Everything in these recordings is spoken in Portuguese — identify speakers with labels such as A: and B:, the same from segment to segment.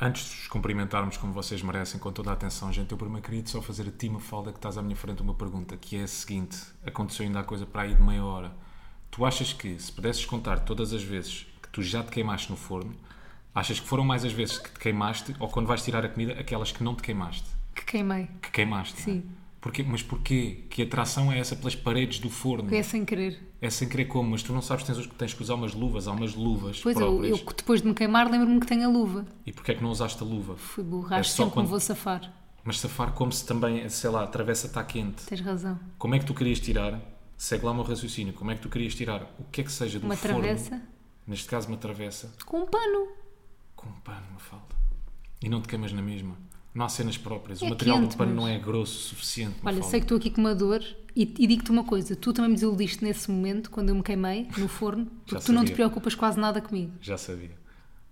A: Antes de vos cumprimentarmos como vocês merecem, com toda a atenção, gente, eu primeiro queria só fazer a ti uma falda que estás à minha frente uma pergunta, que é a seguinte: aconteceu ainda a coisa para aí de meia hora. Tu achas que, se pudesses contar todas as vezes que tu já te queimaste no forno, achas que foram mais as vezes que te queimaste ou quando vais tirar a comida aquelas que não te queimaste?
B: Que queimei.
A: Que queimaste? não é?
B: Sim.
A: Porquê? Mas porquê? Que atração é essa pelas paredes do forno?
B: É sem querer.
A: É sem querer como, mas tu não sabes tens, tens que usar umas luvas, há umas luvas
B: Pois é, eu,
A: próprias.
B: eu, depois de me queimar, lembro-me que tenho a luva.
A: E porquê é que não usaste a luva?
B: Fui burra.
A: É
B: Acho
A: só
B: sempre
A: quando-
B: que me vou safar.
A: Mas safar como se também, sei lá, a travessa está quente.
B: Tens razão.
A: Como é que tu querias tirar? Segue lá o meu raciocínio. Como é que tu querias tirar o que é que seja do
B: Uma
A: forno?
B: travessa
A: Neste caso, uma travessa.
B: com um pano.
A: Com um pano, uma falda. E não te queimas na mesma. Não há cenas próprias. o
B: É
A: material do
B: quente,
A: pano
B: mas-
A: não é grosso o suficiente.
B: Olha,
A: Mafalda.
B: sei que estou aqui com uma dor e, e digo-te uma coisa: tu também me desiludiste nesse momento, quando eu me queimei no forno, porque tu não te
A: sabia.
B: preocupas quase nada comigo.
A: Já sabia.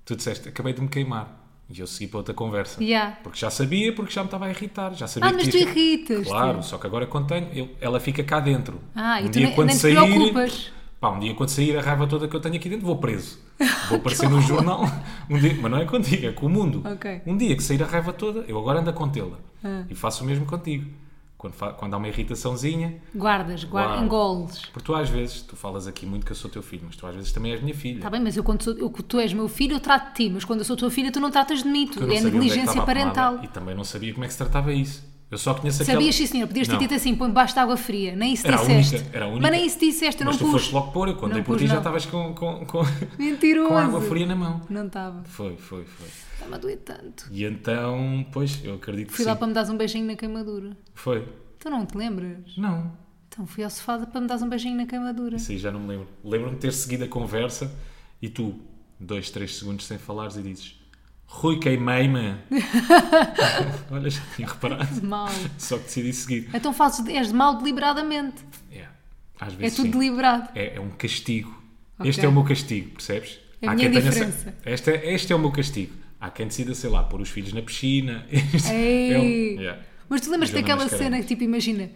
A: Tu disseste, acabei de me queimar. E eu segui para outra conversa.
B: Ya.
A: Porque já sabia, porque já me estava a irritar. Já sabia
B: Ah,
A: que
B: mas tu
A: tinhas-
B: irritas.
A: Claro, só que agora contenho, eu- ela fica cá dentro.
B: Ah, e
A: um
B: tu
A: dia
B: nem-
A: quando
B: nem te
A: sair,
B: preocupas.
A: Pá, um dia quando sair a raiva toda que eu tenho aqui dentro, vou preso. Vou aparecer no jornal. Um dia, mas não é contigo, é com o mundo.
B: Ok. Ah.
A: Um dia que sair a raiva toda, eu agora ando a contê-la. E faço o mesmo contigo. Quando, fa- quando há uma irritaçãozinha,
B: Guardas, guarda,
A: Guardo.
B: engoles.
A: porque tu às vezes, tu falas aqui muito que eu sou teu filho, mas tu às vezes também és minha filha.
B: Está Tá bem, mas eu quando sou, eu, tu és meu filho, eu trato de ti, mas quando eu sou tua filha, tu não tratas de mim, tu
A: Eu não
B: é
A: sabia onde é que
B: negligência
A: estava a pomada
B: parental.
A: E também não sabia como é que se tratava isso. Eu só conheço aquela...
B: Sabias, sim, senhor, podias ter
A: Não.
B: dito assim: põe baixo de água fria, nem isso
A: Era a
B: disseste.
A: única, era a única.
B: Mas nem isso disseste, eu
A: Mas
B: não
A: tu
B: pus.
A: foste logo pôr, eu contei
B: Não
A: por ti
B: pus,
A: já
B: não.
A: estavas com, com, com,
B: Mentiroso.
A: com água fria na mão.
B: Não estava.
A: Foi, foi, foi.
B: Estava a doer tanto.
A: E então, pois, eu acredito que
B: Fui
A: sim.
B: lá para me dares um beijinho na queimadura.
A: Foi.
B: Tu não te lembras?
A: Não,
B: Então fui ao sofá para me dares um beijinho na queimadura.
A: isso aí já não me lembro. Lembro-me de ter seguido a conversa e tu, dois, três segundos sem falares e dizes Rui, queimei-me. Olha, já tinha reparado.
B: Mal.
A: Só que decidi seguir.
B: Então fazes, és mal deliberadamente.
A: É, às
B: É
A: vezes
B: tudo
A: sim.
B: deliberado.
A: é, é um castigo.
B: Ok.
A: Este é o meu castigo, percebes?
B: É a
A: Há
B: minha
A: quem tenha-
B: diferença.
A: Este, é, este é o meu castigo. Há quem decida, sei lá, pôr os filhos na piscina. Este é um-
B: Ei.
A: Yeah.
B: Mas tu lembras-te
A: Joana
B: daquela
A: Mascarenhas.
B: cena que, tipo, imagina,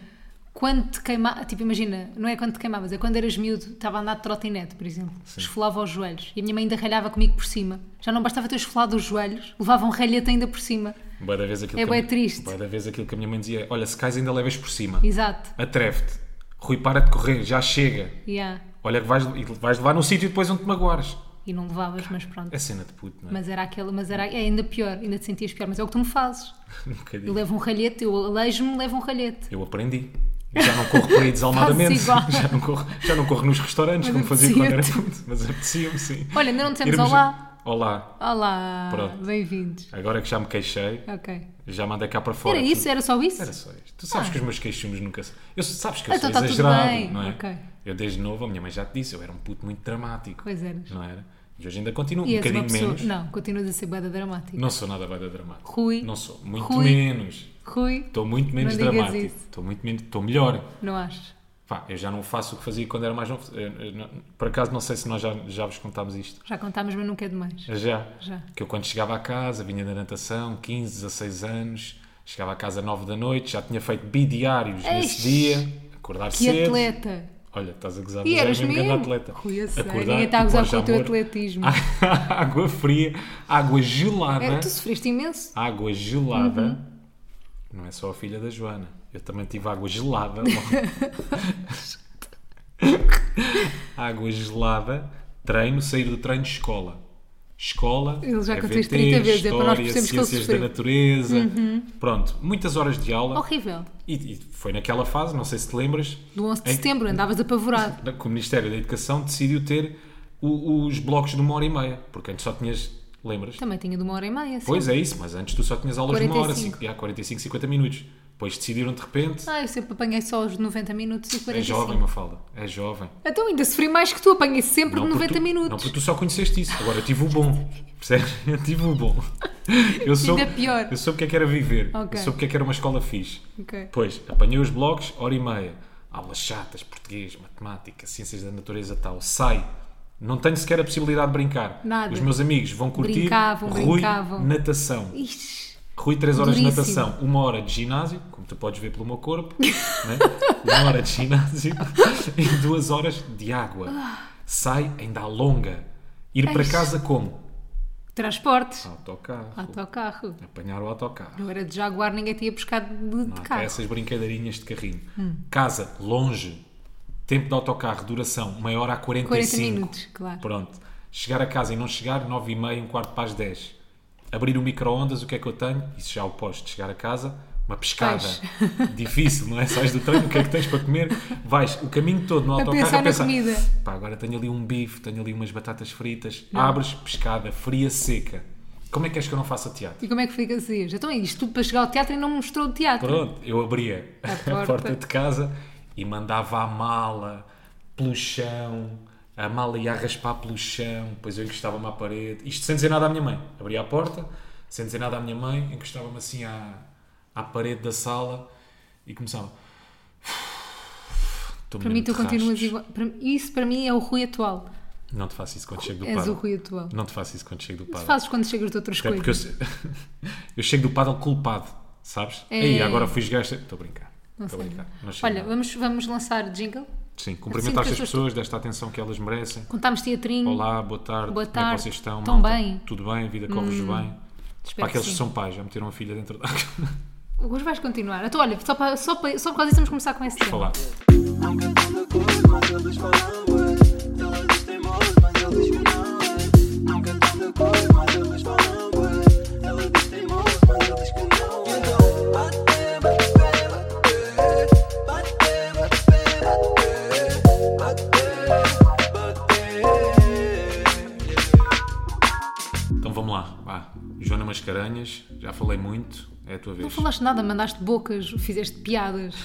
B: quando te queimava, tipo, imagina, não é quando te queimavas, é quando eras miúdo, estava a andar de trotinete, por exemplo, esfolava os joelhos e a minha mãe ainda ralhava comigo por cima. Já não bastava ter esfolado os joelhos, levava um ralhete ainda por cima.
A: Bué da vez aquilo
B: É
A: que a
B: bué
A: mi-
B: triste.
A: bué da vez aquilo que a minha mãe dizia: Olha, se cais ainda levas por cima.
B: Exato.
A: Atreve-te. Rui, para de correr, já chega.
B: Yeah.
A: Olha que vais, e vais levar num sítio depois onde te magoares.
B: E não levavas, mas pronto.
A: É cena de puto, não é?
B: Mas era aquela, mas era é ainda pior, ainda te sentias pior, mas é o que tu me fazes.
A: Um
B: Eu
A: bocadinho.
B: levo um ralhete, eu aleijo-me, levo um ralhete.
A: Eu aprendi. E Já não corro por aí desalmadamente.
B: Faço igual.
A: já, não corro, já não corro nos restaurantes,
B: Mas
A: como fazia quando era
B: apetecia-te.
A: puto. Mas apetecia-me, sim.
B: Olha, ainda não dissemos
A: Irmos-
B: olá.
A: Olá.
B: Olá,
A: Pronto.
B: bem-vindos.
A: Agora que já me queixei,
B: Ok.
A: já mandei cá para fora.
B: Era isso? Era só isso? Ah.
A: Era só isto. Tu sabes que os meus queixumes nunca. se- Eu sabes que eu
B: Então
A: sou
B: tá tudo
A: exagerado,
B: bem.
A: não é?
B: Ok.
A: Eu desde novo, a minha mãe já te disse, eu era um puto muito dramático.
B: Pois eras.
A: Não era? E hoje ainda continuo,
B: E
A: um
B: és uma
A: bocadinho
B: pessoa.
A: menos. Não.
B: Não, continuas a ser boeda dramática.
A: sou nada bada dramático.
B: Rui.
A: Não sou. Muito
B: Rui.
A: menos.
B: Rui,
A: Estou muito menos
B: digas
A: dramático.
B: isso.
A: Estou muito menos. Estou melhor.
B: não acho.
A: Pá, eu já não faço o que fazia quando era mais novo. Eu- eu não- Por acaso não sei se nós já, já vos contámos isto.
B: Já contámos, mas nunca é demais.
A: Já.
B: Já.
A: Que eu quando chegava a casa, vinha da natação, 15, 16 anos, chegava a casa 9 da noite, já tinha feito bidiários nesse
B: Eish!
A: dia, acordar
B: Que
A: cedo.
B: atleta!
A: Olha, estás a gozar,
B: E
A: mas era
B: eras
A: mesmo grande
B: mesmo?
A: atleta.
B: Rui, eu sei. Ninguém está a
A: e
B: gozar
A: pôr
B: com o teu
A: jamor.
B: atletismo.
A: Ah, água fria, água gelada.
B: É, tu sofreste imenso.
A: Água gelada.
B: Uhum.
A: Não é só a filha da Joana. Eu também tive água gelada. água gelada, treino, sair do treino, escola. Escola,
B: Ele já contou isto
A: EVT,
B: 30 vezes, é para nós
A: história,
B: percebermos que ele
A: ciências da
B: sofreu. Uhum.
A: natureza. Pronto, muitas horas de aula.
B: Horrível.
A: E, e foi naquela fase, não sei se te lembras,
B: Do 11 de
A: Em-
B: setembro, andavas apavorado.
A: que o Ministério da Educação decidiu ter o- os blocos de uma hora e meia, porque antes só tinhas, lembras?
B: Também tinha de uma hora e meia. Assim.
A: Pois é isso, mas antes tu só tinhas aulas de uma hora,
B: 45.
A: cinco- e há 45, 50 minutos. Depois decidiram de repente,
B: Ah, eu sempre apanhei só os 90 minutos e
A: é
B: 45.
A: jovem Mafalda, é jovem.
B: Então ainda sofri mais que tu, apanhei sempre de
A: porque
B: 90
A: tu, Não,
B: minutos.
A: porque tu só conheceste isso. Agora eu tive o bom. Percebes? Eu tive o bom. Eu sou,
B: Ainda pior.
A: Eu soube o que é que era viver.
B: Ok.
A: Eu soube o que é que era uma escola fixe.
B: Ok.
A: Pois, apanhei os blocos, hora e meia. Aulas chatas, português, matemática, ciências da natureza tal. Sai. Não tenho sequer a possibilidade de brincar.
B: Nada.
A: Os meus amigos vão curtir.
B: Brincavam,
A: Rui,
B: brincavam.
A: natação.
B: Ixi,
A: Rui, 3 horas de
B: Duríssimo.
A: natação, 1 hora de ginásio, como tu podes ver pelo meu corpo, né? 1 hora de ginásio e 2 horas de água. Sai, ainda alonga. Ir para
B: Ai.
A: casa como?
B: Transportes.
A: Autocarro.
B: Autocarro.
A: Apanhar o autocarro.
B: Eu era de Jaguar, ninguém tinha pescado de, de
A: Não,
B: carro. Hum.
A: há essas brincadeirinhas de carrinho. Casa, longe. Tempo de autocarro, duração, meia hora a 45.
B: 40 minutos, claro.
A: Pronto. Chegar a casa e não chegar, 9 e meia, um quarto para as 10. Abrir o micro-ondas, o que é que eu tenho? Isso já o posto. Chegar a casa, uma pescada. Difícil, não é? Sais do treino, o que é que tens para comer? Vais o caminho todo no
B: A
A: autocarro
B: pensar
A: a
B: na comida.
A: Pá, agora tenho ali um bife, tenho ali umas batatas fritas. Abres, pescada, fria, seca. Como é que és que eu não faça teatro?
B: E como é que fica assim? Então é isto tudo para chegar ao teatro e não me mostrou o teatro.
A: Pronto, eu abria a porta.
B: porta.
A: de casa e mandava a mala pelo chão, a mala ia a raspar pelo chão, depois eu encostava-me à parede, isto sem dizer nada à minha mãe. Abria a porta, sem dizer nada à minha mãe, encostava-me assim à, à parede da sala e começava. Estou
B: Para
A: mesmo
B: mim, tu
A: de rastos.
B: continuas igual. para- Isso para mim é o Rui atual.
A: Não te faço isso quando chego do
B: És o
A: paddle.
B: Rui atual.
A: Não te faço isso quando chego do
B: Tu
A: paddle.
B: fazes quando chegas de outras
A: Até é porque eu,
B: coisas.
A: se- eu chego do paddle culpado, sabes?
B: É.
A: Ei, agora fui jogar. esta- Estou a brincar.
B: Não
A: Estou a
B: sei.
A: brincar. Não chego
B: Olha,
A: nada.
B: vamos, vamos lançar jingle.
A: Sim, cumprimentar
B: Assim que
A: estas
B: as
A: pessoas, desta atenção que elas merecem.
B: Contámos teatrinho.
A: Olá, boa tarde, como é
B: Boa
A: que
B: tarde.
A: vocês estão?
B: Estão
A: malta?
B: bem? Hum,
A: Tudo bem, a vida corre-vos bem. Para
B: Espero que
A: aqueles que
B: sim.
A: são pais, já meteram a filha dentro da
B: Hoje vais continuar. Então, olha, só, para, só, para, só por causa disso vamos começar com esse tema.
A: falar.
C: Não cantam na cor, mas eles falam bué. Ela diz teimoso, mas eles não é. Não cantam na cor, mas eles falam bué. Ela diz teimoso, mas eles que não é. Então, bate, bate, bate, bate, bate, bate, bate, bate, bate.
A: Então vamos lá, vá. Joana Mascarenhas, já falei muito, é a tua
B: Não
A: vez.
B: falaste nada, mandaste bocas, fizeste piadas,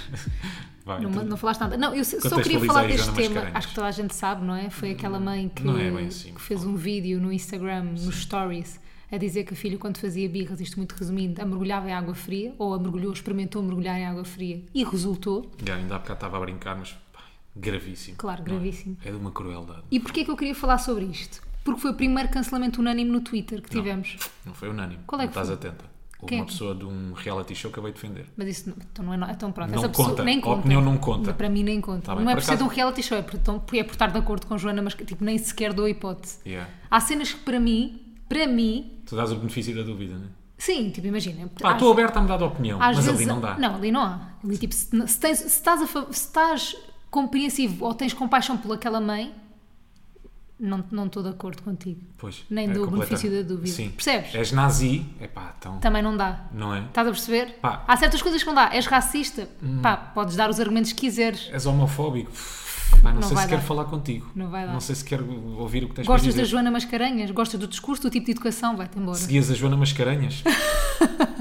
A: Vai,
B: não,
A: então.
B: não falaste nada. Não, eu se- só queria
A: Contextualiza
B: falar
A: aí,
B: deste
A: Joana
B: tema.
A: Mascarenhas. Hum,
B: Acho que toda a gente sabe, não é? Foi aquela mãe que,
A: não é bem assim,
B: que fez um vídeo no Instagram, nos stories, a dizer que o filho, quando fazia birras, isto muito resumindo, a mergulhava em água fria, ou a mergulhou, experimentou mergulhar em água fria e resultou.
A: então. Já, ainda há bocado estava a brincar, mas pá, gravíssimo.
B: Claro,
A: Não é?
B: gravíssimo.
A: É de uma crueldade.
B: E porquê é que eu queria falar sobre isto? Porque foi o primeiro cancelamento unânime no Twitter que tivemos.
A: Não foi unânime.
B: Qual é
A: não
B: que foi?
A: estás atenta. Houve
B: Quem é
A: uma
B: que-
A: pessoa de um reality show que eu veio defender.
B: Mas isso não, então não é. no- Então pronto,
A: Não
B: essa pessoa
A: conta.
B: nem
A: A
B: conta.
A: opinião não conta.
B: Para mim nem conta.
A: Tá bem,
B: não é
A: por
B: por ser de um
A: acaso-
B: reality show, é por, então, é por estar de acordo com Joana, mas que, tipo, nem sequer dou a hipótese.
A: Yeah.
B: Há cenas que para mim, para mim,
A: Tu dás o benefício da dúvida, Ah, não é?
B: sim, tipo, imagina.
A: Pá,
B: às-
A: estou aberta a mudar de opinião,
B: às
A: mas ali não dá.
B: Não, ali não há. Ali, tipo, se, se tens- se estás, a fa- se estás compreensivo ou tens compaixão por aquela mãe, não não estou de acordo contigo.
A: Pois,
B: Nem dou o benefício da dúvida.
A: É, Sim.
B: Percebes? Tá.
A: És nazi, é pá, então.
B: Também não dá.
A: Não é?
B: Estás a perceber?
A: Pá. Hum.
B: Há certas coisas que não dá. És racista? Pá, podes dar os argumentos que quiseres.
A: És homofóbico. Pá, não,
B: Não
A: sei
B: vai
A: se
B: dar.
A: quero falar contigo.
B: Não vai dar.
A: sei se quero ouvir o que tens para
B: Gostas
A: dizer.
B: da Joana Mascarenhas? Gostas do discurso, do tipo de educação? Vai-te embora.
A: Seguias a Joana Mascarenhas.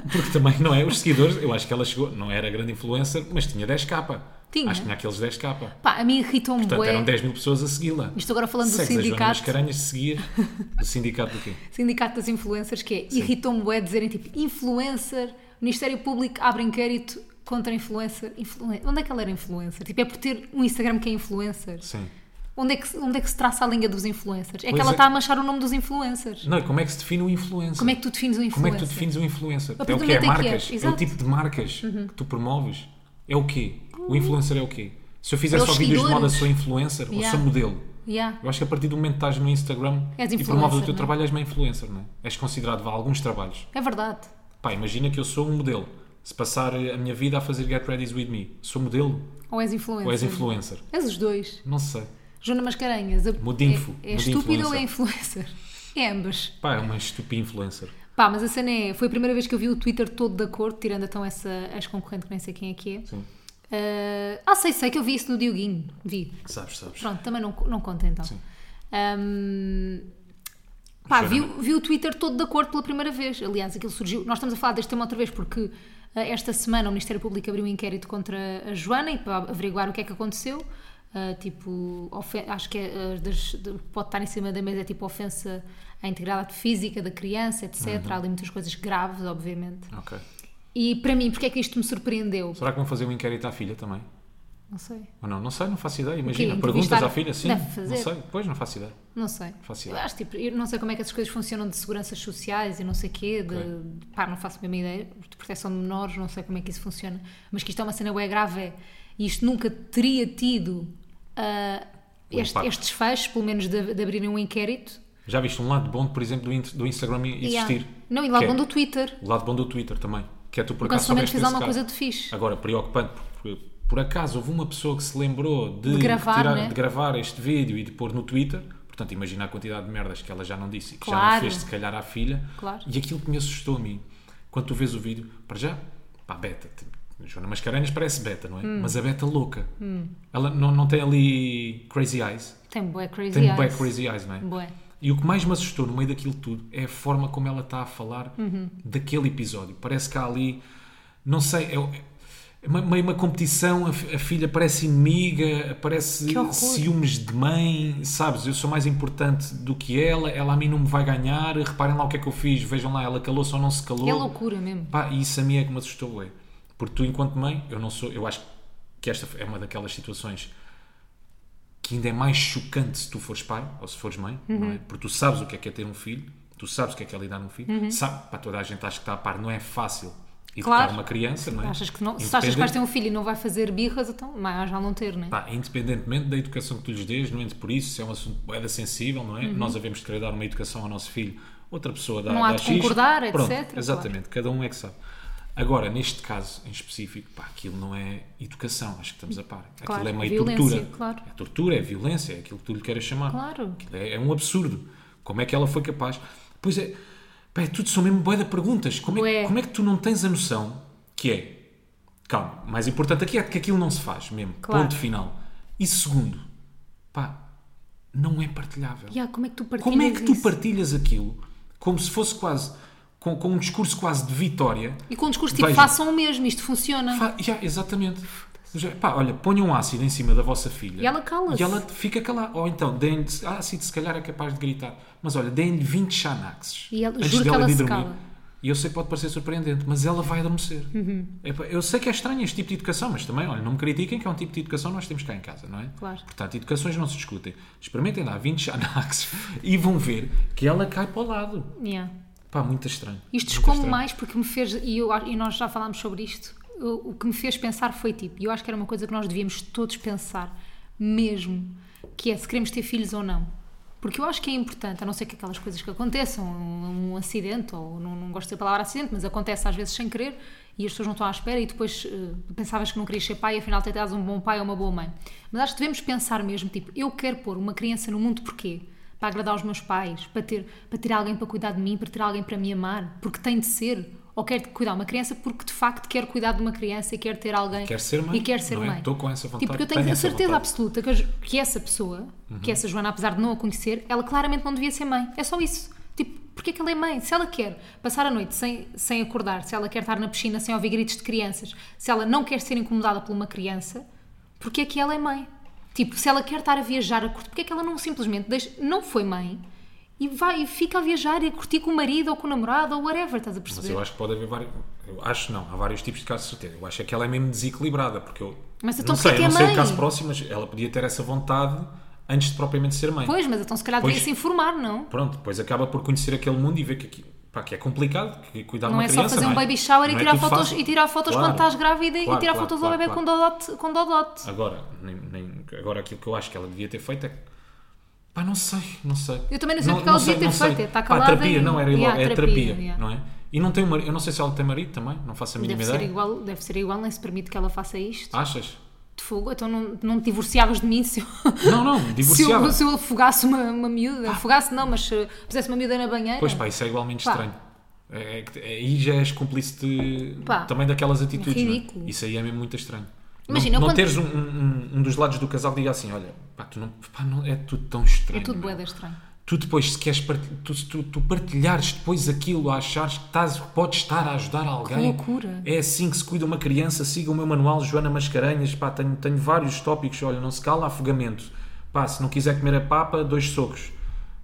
A: Porque também não é? Os seguidores, eu acho que ela chegou, não era grande influencer, mas tinha 10k.
B: Tinha.
A: Acho que tinha aqueles 10k. Portanto, é um
B: Pá, a mim irritam-me
A: eram
B: bué.
A: 10 mil pessoas a segui-la.
B: Isto agora falando do
A: Segues a Joana
B: sindicato,
A: Mascarenhas, seguias do sindicato do quê?
B: sindicato das influencers, que é irritam-me bué dizerem tipo influencer, Ministério Público abre inquérito contra influencer. Influen- Onde é que ela era influencer? Tipo, é por ter um Instagram que é influencer.
A: Sim.
B: Onde é que, se- onde é que se traça a linha dos influencers? É
A: Pois
B: que ela
A: é.
B: está a manchar o nome dos influencers.
A: Não, e como é que se define o influencer?
B: Como é que tu defines um influencer?
A: Como é que tu defines um influencer?
B: partir
A: É o
B: do
A: que é
B: momento em que
A: marcas?
B: é,
A: É o
B: exato. Uhum.
A: tipo de marcas que tu promoves? É o quê? O influencer é o quê? Se eu fizer
B: Para os
A: só vídeos de moda,
B: Hum. seguidores.
A: sou influencer ou
B: Yeah.
A: sou modelo?
B: Yeah.
A: Eu acho que a partir do momento que estás no Instagram
B: És
A: e promoves o
B: influencer,
A: teu
B: não é?
A: trabalho, és uma influencer, não é? És considerado vá, alguns trabalhos.
B: É verdade.
A: Pá, imagina que eu sou um modelo. Se passar a minha vida a fazer Get Ready With Me, sou modelo
B: Ou és influencer?
A: ou és influencer?
B: És os dois.
A: Não sei.
B: Joana Mascarenhas. a-
A: Mudinfo,
B: É, é estúpida
A: mudinfluencer.
B: ou é influencer? É ambas.
A: Pá, é uma estúpida influencer.
B: Pá, mas a cena é. Foi a primeira vez que eu vi o Twitter todo de acordo, tirando então essa as concorrente que nem sei quem é que é.
A: Sim.
B: Ah, ah, sei, sei que eu vi isso no Dioguinho. Vi.
A: Sabes, sabes.
B: Pronto, também não, não conta então.
A: Sim.
B: Ahm, pá,
A: Joana-
B: vi, o- vi o Twitter todo de acordo pela primeira vez. Aliás, aquilo surgiu. Nós estamos a falar deste tema outra vez porque ah, esta semana o Ministério Público abriu um inquérito contra a Joana e para averiguar o que é que aconteceu. Ah, tipo, ofen- acho que é, ah, das- de- pode estar em cima da mesa é tipo ofensa à integridade física da criança, etc. Há ali muitas coisas graves, obviamente.
A: Ok.
B: E para mim, porque é que isto me surpreendeu?
A: Será que vão fazer um inquérito à filha também?
B: Não sei.
A: Ou não? Não sei, não faço ideia. Imagina,
B: Entrevistar-
A: perguntas à filha, sim.
B: Deve fazer.
A: Não sei, pois não faço ideia.
B: Não sei.
A: Faço
B: eu
A: ideia.
B: acho tipo, eu não sei como é que essas coisas funcionam de seguranças sociais e não sei quê, de,
A: Ok.
B: de- pá, não faço a mesma ideia, de proteção de menores, não sei como é que isso funciona, mas que isto é uma cena bué grave é. e isto nunca teria tido ah,
A: O
B: este,
A: impacto.
B: este desfecho, pelo menos de, de abrirem um inquérito,
A: Já viste um lado bom, por exemplo, do, in- do Instagram existir?
B: Yeah. Não, e lá
A: Que é
B: bom do Twitter.
A: O lado bom do Twitter também. Que é tu por
B: Quando
A: acaso
B: somente
A: soubeste
B: fiz
A: desse
B: alguma
A: caso.
B: coisa de fixe.
A: Agora, preocupante, porque por acaso houve uma pessoa que se lembrou de,
B: De gravar,
A: retirar-
B: né?
A: de gravar este vídeo e de pôr no Twitter. Portanto, imagina a quantidade de merdas que ela já não disse e que já
B: Claro.
A: não fez, se calhar, à filha.
B: Claro.
A: E aquilo que me assustou a mim, quando tu vês o vídeo, para já, pá, beta. tipo, Joana Mascarenhas parece beta, não é?
B: Hum.
A: Mas a beta louca. Ela não, não tem ali crazy eyes.
B: Tem bué crazy
A: Ah. Tem
B: eyes. Hum.
A: bué crazy eyes, não é?
B: Bué.
A: E o que mais me assustou no meio daquilo tudo é a forma como ela está a falar daquele episódio. Parece que há ali, não sei, é, é uma- meio uma competição, a, fi- a filha parece inimiga, parece
B: Que horror.
A: ciúmes de mãe, sabes? Eu sou mais importante do que ela, ela a mim não me vai ganhar, reparem lá o que é que eu fiz, vejam lá, ela calou-se ou não se calou.
B: É loucura mesmo.
A: Pá, e isso a mim é que me assustou, ué. Porque tu, enquanto mãe, eu não sou. Eu acho que esta é uma daquelas situações que ainda é mais chocante se tu fores pai ou se fores mãe, não é?
B: Uhum.
A: Porque tu sabes o que é que é ter um filho, tu sabes o que é que é lidar num filho,
B: Uhum.
A: sabe, para toda a gente acho que está a par, não é fácil educar
B: Claro.
A: uma criança, não é?
B: Achas que não, se achas que vais
A: Independente-
B: ter um filho e não vai fazer birras, então mais vale não ter, não é?
A: Pá, independentemente da educação que tu lhes dês, não entre por isso, se é um assunto é sensível, não é? Nós havemos de querer dar uma educação ao nosso filho, outra pessoa dá
B: Uhum. Não há
A: dá
B: de
A: X.
B: concordar, etc,
A: Pronto,
B: claro.
A: Exatamente, cada um é que sabe. Agora, neste caso em específico, pá, aquilo não é educação, acho que estamos a par. Aquilo
B: Claro,
A: é meio
B: violência,
A: tortura.
B: claro.
A: É tortura, é violência, é aquilo que tu lhe queiras chamar.
B: Claro.
A: Aquilo é, é um absurdo. Como é que ela foi capaz? Pois é, pá, é tudo são mesmo bué de perguntas. Como é,
B: Bué.
A: como é que tu não tens a noção que é Calma, mais importante aqui é que aquilo não se faz mesmo.
B: Claro.
A: Ponto final. E segundo, pá, não é partilhável.
B: Yeah, como é que tu partilhas
A: Como é que tu
B: isso?
A: partilhas aquilo como se fosse quase, com, com um discurso quase de vitória?
B: E com um discurso tipo,
A: Veja.
B: façam o mesmo, isto funciona.
A: Fa- já, exatamente. Já, pá, olha, ponham ácido em cima da vossa filha.
B: E ela cala-se.
A: E ela fica calada. Ou então, deem-lhe ácido, se calhar é capaz de gritar. Mas olha, deem-lhe 20 Xanaxes.
B: E ela-
A: antes
B: juro que
A: dela
B: ela
A: ir
B: se
A: dormir.
B: cala.
A: E eu sei que pode parecer surpreendente, mas ela vai adormecer.
B: Uhum.
A: Epá, eu sei que é estranho este tipo de educação, mas também, olha, não me critiquem que é um tipo de educação que nós temos cá em casa, não é?
B: Claro.
A: Portanto, educações não se discutem. Experimentem lá 20 Xanaxes e vão ver que ela cai para o lado.
B: Yeah.
A: Pá, muito estranho.
B: Isto
A: Muito
B: esconde
A: estranho.
B: mais porque me fez, e, eu, e nós já falámos sobre isto, o, o que me fez pensar foi tipo, e eu acho que era uma coisa que nós devíamos todos pensar, mesmo, que é se queremos ter filhos ou não. Porque eu acho que é importante, a não ser que aquelas coisas que aconteçam, um, um acidente, ou não, não gosto da palavra acidente, mas acontece às vezes sem querer e as pessoas não estão à espera e depois eh, pensavas que não querias ser pai e afinal até estás um bom pai ou uma boa mãe. Mas acho que devemos pensar mesmo, tipo, eu quero pôr uma criança no mundo porquê? para agradar os meus pais, para ter, para ter alguém para cuidar de mim, para ter alguém para me amar, porque tem de ser. Ou quero cuidar de uma criança porque de facto quero cuidar de uma criança e quero ter alguém.
A: Quer ser mãe,
B: E quero ser
A: não é?
B: mãe.
A: Estou com essa vontade,
B: E porque eu tenho,
A: tenho
B: a
A: essa
B: certeza
A: vontade.
B: absoluta que, a Jo- que essa pessoa,
A: Uhum.
B: que essa Joana, apesar de não a conhecer, ela claramente não devia ser mãe. É só isso. Tipo, porque é que ela é mãe? Se ela quer passar a noite sem, sem acordar, se ela quer estar na piscina sem ouvir gritos de crianças, se ela não quer ser incomodada por uma criança, porque é que ela é mãe? Tipo, se ela quer estar a viajar a curtir, porque é que ela não simplesmente deixa, não foi mãe e vai e fica a viajar e a curtir com o marido ou com o namorado ou whatever, estás a
A: Mas
B: perceber?
A: eu acho que pode haver vários. Eu acho não, há vários tipos de casos de certeza. Eu acho é que ela é mesmo desequilibrada, porque eu.
B: Mas então
A: não sei,
B: porquê
A: eu não
B: que
A: sei
B: é mãe?
A: o caso próximo, mas ela podia ter essa vontade antes de propriamente ser mãe.
B: Pois, mas então se calhar
A: Pois.
B: devia se informar, não?
A: Pronto, depois acaba por conhecer aquele mundo e ver que, aqui- pá, que é complicado, que cuidar de
B: Não
A: uma
B: é só
A: criança,
B: fazer um
A: não é?
B: baby shower e
A: Não é
B: tirar,
A: tudo
B: fotos,
A: fácil.
B: e tirar fotos
A: Claro.
B: quando estás grávida
A: Claro,
B: e tirar
A: claro,
B: fotos
A: claro,
B: ao bebê
A: claro.
B: com, dodote, com dodote.
A: Agora, nem, nem- agora aquilo que eu acho que ela devia ter feito é. Pá, não sei, não sei.
B: Eu também não sei o que ela devia ter
A: não sei.
B: feito, é, tá
A: Pá,
B: calada
A: terapia,
B: e-
A: não, era
B: Yeah,
A: ilo- é
B: terapia,
A: terapia,
B: yeah.
A: não é? E não tem um marido, eu não sei se ela tem marido também, não faço a mínima
B: Deve
A: ideia. Ah.
B: ser, igual, deve ser igual, nem se permite que ela faça isto.
A: Achas?
B: De fogo, então não, não te divorciavas de mim se eu,
A: Não, não,
B: se
A: divorciava. Ah.
B: eu, se eu afogasse uma, uma miúda. Afogasse não, mas se pusesse uma miúda na banheira.
A: Pois pá, isso é igualmente
B: Pá.
A: estranho. É, é que- é- aí já és cúmplice de-
B: Pá.
A: também daquelas atitudes. não é?
B: Ridículo.
A: Isso aí é mesmo muito estranho.
B: Imagina, eu
A: não, não
B: quando-
A: teres um, um- um dos lados do casal que diga assim: olha, pá, tu não, pá, não- é tudo tão estranho.
B: é tudo
A: meu.
B: boeda estranho.
A: Tu depois, se queres partilhar, tu, se tu, tu partilhares depois aquilo, a achares que estás, podes estar a ajudar alguém.
B: Que loucura.
A: É assim que se cuida uma criança, siga o meu manual, Joana Mascarenhas, pá, tenho, tenho vários tópicos, olha, não se cala, afogamento. Pá, se não quiser comer a papa, dois socos.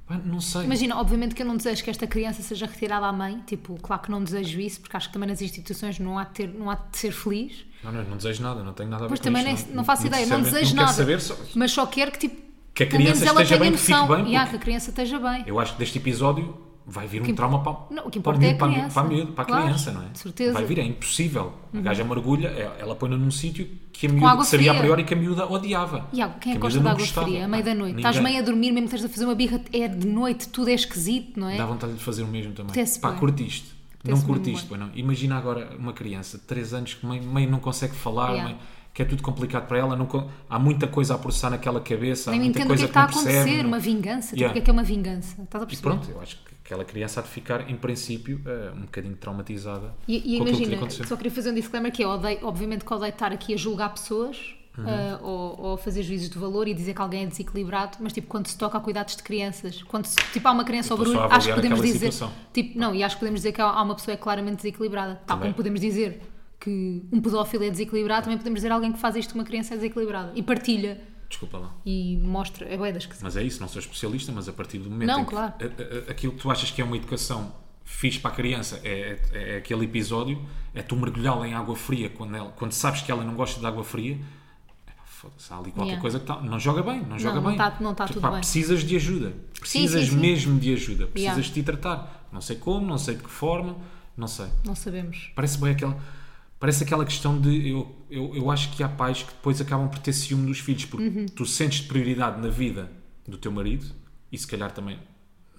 A: Pá, não sei.
B: Imagina, obviamente que eu não desejo que esta criança seja retirada à mãe, tipo, claro que não desejo isso, porque acho que também nas instituições não há de, ter, não há de ser feliz,
A: Não, não, não desejo nada, não tenho nada a ver
B: Pois
A: com
B: também nem,
A: isto,
B: não faço ideia, não
A: sinceramente,
B: desejo
A: não
B: nada.
A: quero saber, só-
B: Mas só quero que tipo
A: Que a
B: pelo menos
A: criança
B: ela
A: esteja
B: tenha
A: bem, que fique
B: noção.
A: bem,
B: E, ah,
A: porque-
B: que a criança esteja bem.
A: eu acho que deste episódio vai vir um
B: que imp-
A: trauma para,
B: Não, o que
A: para
B: importa
A: miúdo,
B: é a
A: para
B: criança.
A: Para, a miúdo, para a
B: Claro,
A: criança, não é?
B: de certeza. Uhum.
A: Vai vir, é impossível. A gaja mergulha, é- ela põe-na num sítio que, a
B: água
A: miúda, que sabia a
B: fria.
A: priori que a miúda odiava.
B: Iago, quem é
A: a
B: que gosta
A: miúda
B: de
A: não
B: água
A: gostava.
B: fria? A meio da
A: Pá,
B: noite.
A: ninguém.
B: Estás meio a dormir, mesmo que estás a fazer uma birra, é de noite, tudo é esquisito, não é?
A: Dá vontade de fazer o mesmo também.
B: Apetece
A: Pá,
B: bué.
A: curtiste.
B: Apetece
A: não curtiste,
B: mesmo
A: pois não. Imagina agora uma criança de 3 anos que meio, meio não consegue falar,
B: Yeah.
A: meio- que é tudo complicado para ela, não con- há muita coisa a processar naquela cabeça,
B: Nem
A: há muita
B: entendo o que
A: coisa
B: é que está a
A: não
B: acontecer,
A: percebe. não-
B: uma vingança. Tipo,
A: Yeah.
B: o que é que é uma vingança? Estás a
A: E
B: perceber?
A: pronto, eu acho que aquela criança há de ficar, em princípio, eh, um bocadinho traumatizada
B: E,
A: com
B: e
A: aquilo que lhe
B: imagina,
A: aconteceu.
B: só queria fazer um disclaimer que é, odeio, obviamente que odeio estar aqui a julgar pessoas
A: Uhum.
B: ah, ou, ou a fazer juízos de valor e dizer que alguém é desequilibrado, mas tipo, quando se toca a cuidados de crianças, quando se, tipo, há uma criança ao
A: estou
B: barulho,
A: só a
B: acho que
A: avaliar
B: podemos
A: aquela
B: dizer,
A: situação.
B: tipo, não, e acho que podemos dizer que há há uma pessoa que é claramente desequilibrada, tal
A: Também.
B: como podemos dizer que um pedófilo é desequilibrado, também podemos dizer alguém que faz isto, que uma criança é desequilibrada e partilha
A: Desculpa lá.
B: e mostra, é bué das que
A: Mas é isso, não sou especialista, mas a partir do momento
B: Não,
A: em que
B: claro.
A: a- a- aquilo que tu achas que é uma educação fixe para a criança é, é- é aquele episódio, é tu mergulhá-la em água fria quando, ela- quando sabes que ela não gosta de água fria. epá, Foda-se, há ali qualquer
B: Yeah.
A: coisa que tá- não joga bem, não joga
B: não
A: bem. Tipo,
B: tá- não tá tudo bem.
A: Precisas de ajuda, precisas
B: sim, sim.
A: mesmo de ajuda, precisas
B: Yeah.
A: de te tratar. Não sei como, não sei de que forma, não sei.
B: não sabemos.
A: Parece bem aquela. Parece aquela questão de. Eu, eu, eu acho que há pais que depois acabam por ter ciúme dos filhos, porque
B: Uhum.
A: tu sentes de prioridade na vida do teu marido e se calhar também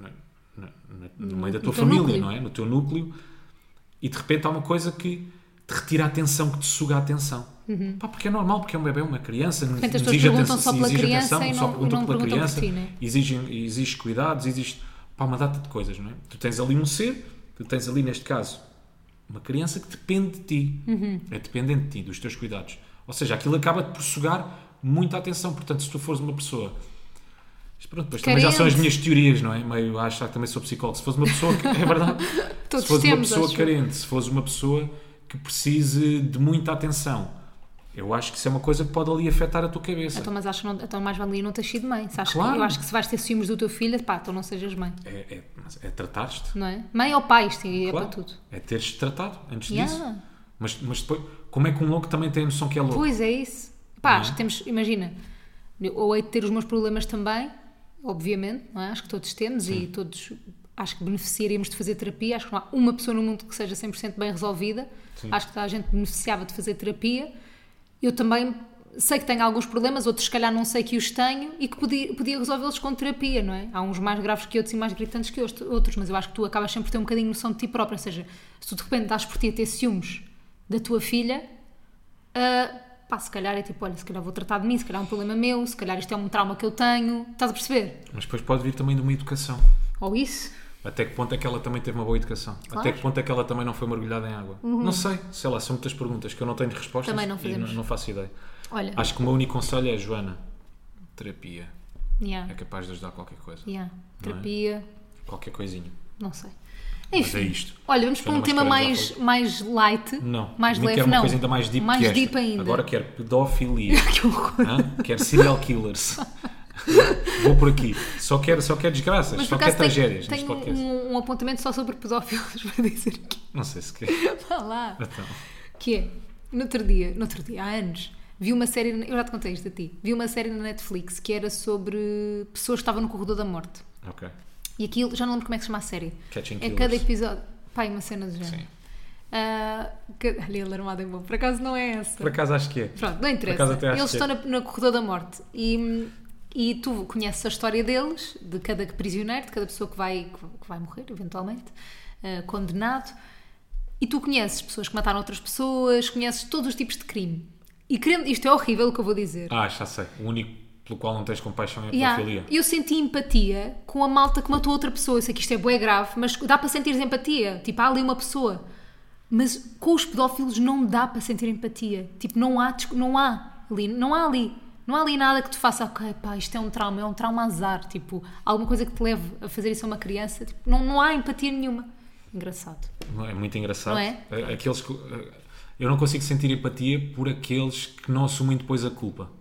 A: na- na- na- no meio da tua
B: teu
A: família,
B: núcleo.
A: não é? No teu núcleo, e de repente há uma coisa que te retira a atenção, que te suga a atenção. Pá, porque é normal, porque é um bebê, é uma criança, não
B: repente Uhum. as pessoas
A: exige
B: perguntam
A: atenção,
B: só pela
A: exige
B: criança
A: atenção,
B: e
A: só
B: não-
A: perguntam
B: não
A: pela
B: perguntam por
A: criança,
B: ti, né?
A: exigem, exige cuidados, existe pá, uma data de coisas, não é? Tu tens ali um ser, tu tens ali neste caso uma criança que depende de ti,
B: Uhum.
A: é dependente de ti, dos teus cuidados. Ou seja, aquilo acaba-te por sugar muita atenção. Portanto, se tu fores uma pessoa. Mas pronto, depois também já são as
B: Carente.
A: minhas teorias, não é? Meio a achar que também sou psicólogo. Se fores uma pessoa que. É verdade.
B: Todos
A: se fores uma
B: temos,
A: pessoa
B: acho.
A: carente, se fores uma pessoa que precise de muita atenção, eu acho que isso é uma coisa que pode ali afetar a tua cabeça.
B: Então, mas acho que não, então mais valia não ter sido mãe. Se achas que-
A: Claro.
B: eu acho que se vais ter ciúmes do teu filho, pá, então não sejas mãe.
A: É, é, mas é tratar-te.
B: não é? Mãe ou pai, isto é
A: Claro.
B: para tudo.
A: É teres de tratar antes
B: Yeah.
A: disso. Mas, mas depois, como é que um louco também tem a noção que é louco?
B: Pois é isso. Pá, acho que temos, imagina, eu hei de ter os meus problemas também, obviamente, não é? Acho que todos temos e todos acho que beneficiaríamos de fazer terapia. Acho que não há uma pessoa no mundo que seja 100% bem resolvida. Acho que toda a gente beneficiava de fazer terapia. Eu também sei que tenho alguns problemas, outros se calhar não sei que os tenho e que podia, podia resolvê-los com terapia, não é? Há uns mais graves que outros e mais gritantes que outros- outros, mas eu acho que tu acabas sempre por ter um bocadinho noção de ti própria. Ou seja, se tu de repente estás por ti a ter ciúmes da tua filha, Uh, pá, se calhar é tipo, olha, se calhar vou tratar de mim, se calhar é um problema meu, se calhar isto é um trauma que eu tenho, estás a perceber?
A: Mas depois pode vir também de uma educação.
B: Ou isso?
A: Até que ponto é que ela também teve uma boa educação? Até que ponto é que ela também não foi mergulhada em água? Não sei, sei lá, são muitas perguntas que eu não tenho respostas
B: Uhum. Também não
A: e
B: fazemos.
A: não faço ideia.
B: Olha,
A: Acho que o meu único conselho é, Joana, terapia. É
B: yeah,
A: capaz de é? ajudar qualquer coisa.
B: yeah, terapia,
A: Qualquer coisinha.
B: não sei.
A: Mas é
B: Enfim,
A: isto.
B: olha, vamos para um
A: Joana
B: tema
A: Mascarenhas
B: mais, mais light,
A: Não.
B: mais
A: Nem
B: leve,
A: quero uma
B: não.
A: coisa ainda mais deep
B: mais
A: que esta.
B: deep ainda.
A: Agora quero pedofilia.
B: Que horror.
A: Hã? Quero serial killers. Vou por aqui. Só quero, só quero desgraças,
B: Mas por
A: só quero
B: acaso
A: tragédias
B: tenho,
A: neste
B: tenho
A: podcast.
B: um, um apontamento só sobre pedófilos para dizer aqui.
A: Não sei se quer.
B: Vá lá.
A: Então,
B: Que é, no outro dia, no outro dia, há anos, vi uma série, na- eu já te contei isto a ti, vi uma série na Netflix que era sobre pessoas que estavam no corredor da morte.
A: ok.
B: E aquilo, já não lembro como é que se chama a série.
A: Catching
B: é
A: Killers.
B: cada episódio. Pai, uma cena do género.
A: Sim.
B: Ah, que- Olha, alarmado é bom. Por acaso não é essa.
A: Por acaso acho que é.
B: Pronto, não interessa.
A: acaso até acho
B: Eles
A: que é.
B: estão na, na corredor da morte. E, e tu conheces a história deles, de cada prisioneiro, de cada pessoa que vai, que- que vai morrer, eventualmente, ah, condenado. E tu conheces pessoas que mataram outras pessoas, conheces todos os tipos de crime. E querendo, isto é horrível o que eu vou dizer.
A: Ah, já sei. O único pelo qual não tens compaixão é a
B: Yeah.
A: pedofilia.
B: Eu senti empatia com a malta que matou outra pessoa. Eu sei que isto é bué grave, mas dá para sentir empatia. Tipo, há ali uma pessoa. Mas com os pedófilos não dá para sentir empatia. Tipo, não há, discu- não há ali, não há ali. Não há ali nada que tu faça, ok, pá, isto é um trauma, é um trauma azar. Tipo, alguma coisa que te leve a fazer isso a uma criança. Tipo, não, não há empatia nenhuma. Engraçado.
A: Não É muito engraçado.
B: Não é?
A: A- Aqueles que, a- eu não consigo sentir empatia por aqueles que não assumem depois a culpa.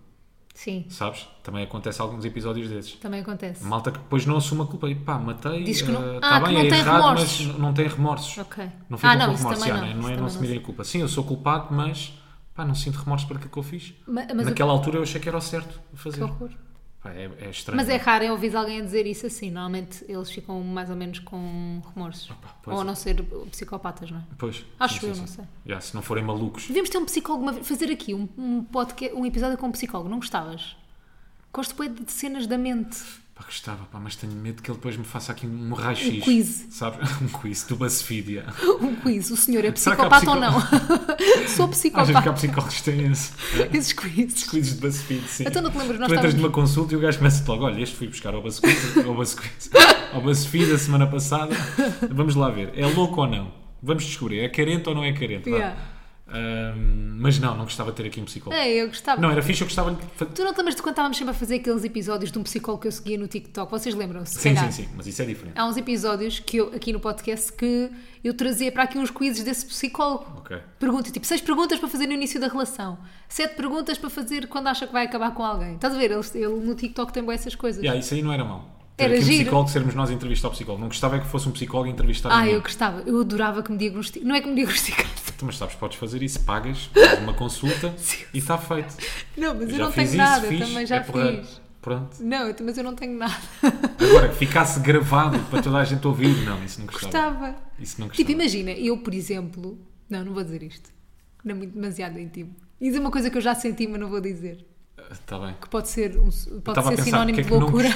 B: Sim,
A: Sabes? Também acontece alguns episódios desses.
B: também acontece.
A: Malta que depois não assume a culpa. E pá, matei.
B: Diz que não-
A: eh,
B: Ah,
A: tá
B: que
A: bem,
B: não
A: é
B: tem
A: errado,
B: remorsos.
A: mas não tem remorsos.
B: Ok.
A: Não ficam
B: Ah, não,
A: com
B: isso
A: remorsos.
B: também
A: Ah,
B: não.
A: não, é-
B: Isso
A: não é não
B: também
A: assumirem a culpa. Sim, eu sou culpado, mas pá, não sinto remorsos para aquilo que eu fiz.
B: Ma- mas o-
A: Naquela altura eu achei que era o certo a fazer.
B: Que horror.
A: Pá, Pá, É, é estranho.
B: Mas é raro eu ouvir alguém a dizer isso assim. Normalmente eles ficam mais ou menos com remorsos.
A: pois
B: ou a
A: é.
B: não ser psicopatas, não é?
A: Pois,
B: Acho
A: sim,
B: eu,
A: sim,
B: não
A: sim.
B: sei.
A: Já, se não forem malucos.
B: Devíamos ter um psicólogo, uma vez- fazer aqui um, um, podcast, um episódio com um psicólogo, não gostavas? Gosto bué de cenas da mente.
A: Pá, gostava, pá, mas tenho medo que ele depois me faça aqui um raio-x.
B: Um quiz.
A: Sabe? Um quiz do BuzzFeed. já.
B: Um quiz, o senhor é
A: Será que há
B: psicopata ou não? Sou
A: Às vezes que há
B: psicopata.
A: psicólogos que têm esse.
B: Esses quizzes.
A: Quizzes de BuzzFeed, sim.
B: Então não te lembras, nós
A: tu entras
B: estávamos-
A: numa consulta e o gajo começa logo: olha, este fui buscar ao BuzzFeed, ao BuzzFeed, ao BuzzFeed a semana passada. Vamos lá ver, é louco ou não? Vamos descobrir, é carente ou não é carente? vá.
B: Yeah.
A: Ahm, mas não, não gostava de ter aqui um psicólogo.
B: É, eu gostava.
A: Não, era fixe, eu gostava de. fa-
B: Tu não te lembras de quando estávamos sempre a fazer aqueles episódios de um psicólogo que eu seguia no TikTok? Vocês lembram-se? se
A: Sim,
B: calhar?
A: sim, sim, mas isso é diferente.
B: Há uns episódios que eu, aqui no podcast que eu trazia para aqui uns quizzes desse psicólogo.
A: Ok.
B: Pergunta, tipo, seis perguntas para fazer no início da relação, sete perguntas para fazer quando acha que vai acabar com alguém. Estás a ver? Ele, ele no TikTok tem boas essas coisas.
A: Yeah, isso aí não era mau. Ter
B: Era
A: aqui um
B: giro.
A: psicólogo, sermos nós a entrevistar o psicólogo. Não gostava é que fosse um psicólogo a entrevistar
B: Ah,
A: a mim.
B: eu gostava, eu adorava que me diagnosticasse. Não é que me diagnosticasse.
A: Tu, Mas sabes, podes fazer isso, pagas, fazes uma consulta e está feito.
B: Não, mas eu
A: já
B: não
A: fiz
B: tenho
A: isso,
B: nada,
A: fiz,
B: também já
A: é porreiro.
B: fiz.
A: Pronto.
B: Não, eu- mas eu não tenho nada.
A: Agora, que ficasse gravado para toda a gente ouvir, não, isso não gostava.
B: Gostava.
A: Isso não gostava.
B: Tipo, imagina, eu, por exemplo. Não, não vou dizer isto. Não é muito demasiado íntimo. Isso é uma coisa que eu já senti, mas não vou dizer.
A: Está Ah, tá bem.
B: Que pode ser, um,
A: Estava
B: pode
A: a
B: ser
A: pensar,
B: sinónimo
A: porque é
B: de
A: que não
B: loucura.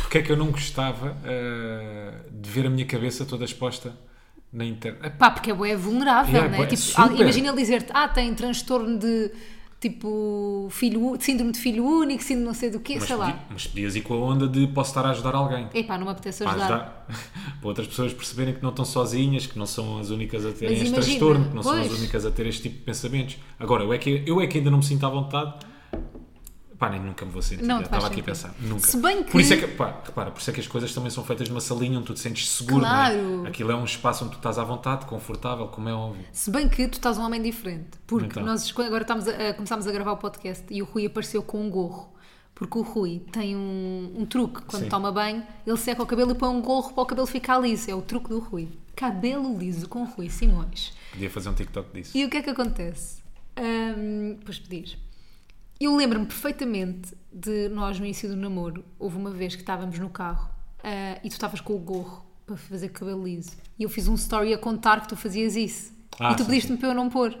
A: Porquê é que eu não gostava ah, de ver a minha cabeça toda exposta na Ah, internet?
B: Pá, porque é bué vulnerável,
A: Yeah,
B: né?
A: bué,
B: tipo,
A: super.
B: al- imagina ele dizer-te, ah, tem transtorno de tipo filho, ú- síndrome de filho único, síndrome não sei do quê,
A: Mas,
B: sei lá.
A: podi- mas podias ir com a onda de posso estar a ajudar alguém.
B: Epá, não me apetece
A: Para
B: ajudar.
A: ajudar- para outras pessoas perceberem que não estão sozinhas, que não são as únicas a terem
B: Mas
A: este
B: imagina,
A: transtorno, que não são
B: pois.
A: as únicas a ter este tipo de pensamentos. Agora, eu é que, eu é que ainda não me sinto à vontade. Pá, nem nunca me vou sentir.
B: Não
A: já
B: te vais
A: Estava aqui a
B: sentir.
A: pensar. Nunca.
B: Se bem que-
A: Por isso é que, pá, repara, por isso é que as coisas também são feitas numa salinha onde tu te sentes seguro. não é?
B: Claro.
A: Aquilo é um espaço onde tu estás à vontade, confortável, como é óbvio.
B: Se bem que tu estás um homem diferente, porque
A: Então.
B: nós esco- agora estamos a, a- começámos a gravar o podcast e o Rui apareceu com um gorro. Porque o Rui tem um, um truque, quando
A: Sim.
B: toma banho, ele seca o cabelo e põe um gorro para o cabelo ficar liso. É o truque do Rui. Cabelo liso com o Rui Simões.
A: Podia fazer um TikTok disso.
B: E o que é que acontece? Ahm, pois pedis. Eu lembro-me perfeitamente de nós no início do namoro, houve uma vez que estávamos no carro ah, e tu estavas com o gorro para fazer cabelo liso. E eu fiz um story a contar que tu fazias isso.
A: Ah,
B: e tu
A: sim,
B: pediste-me para eu não pôr.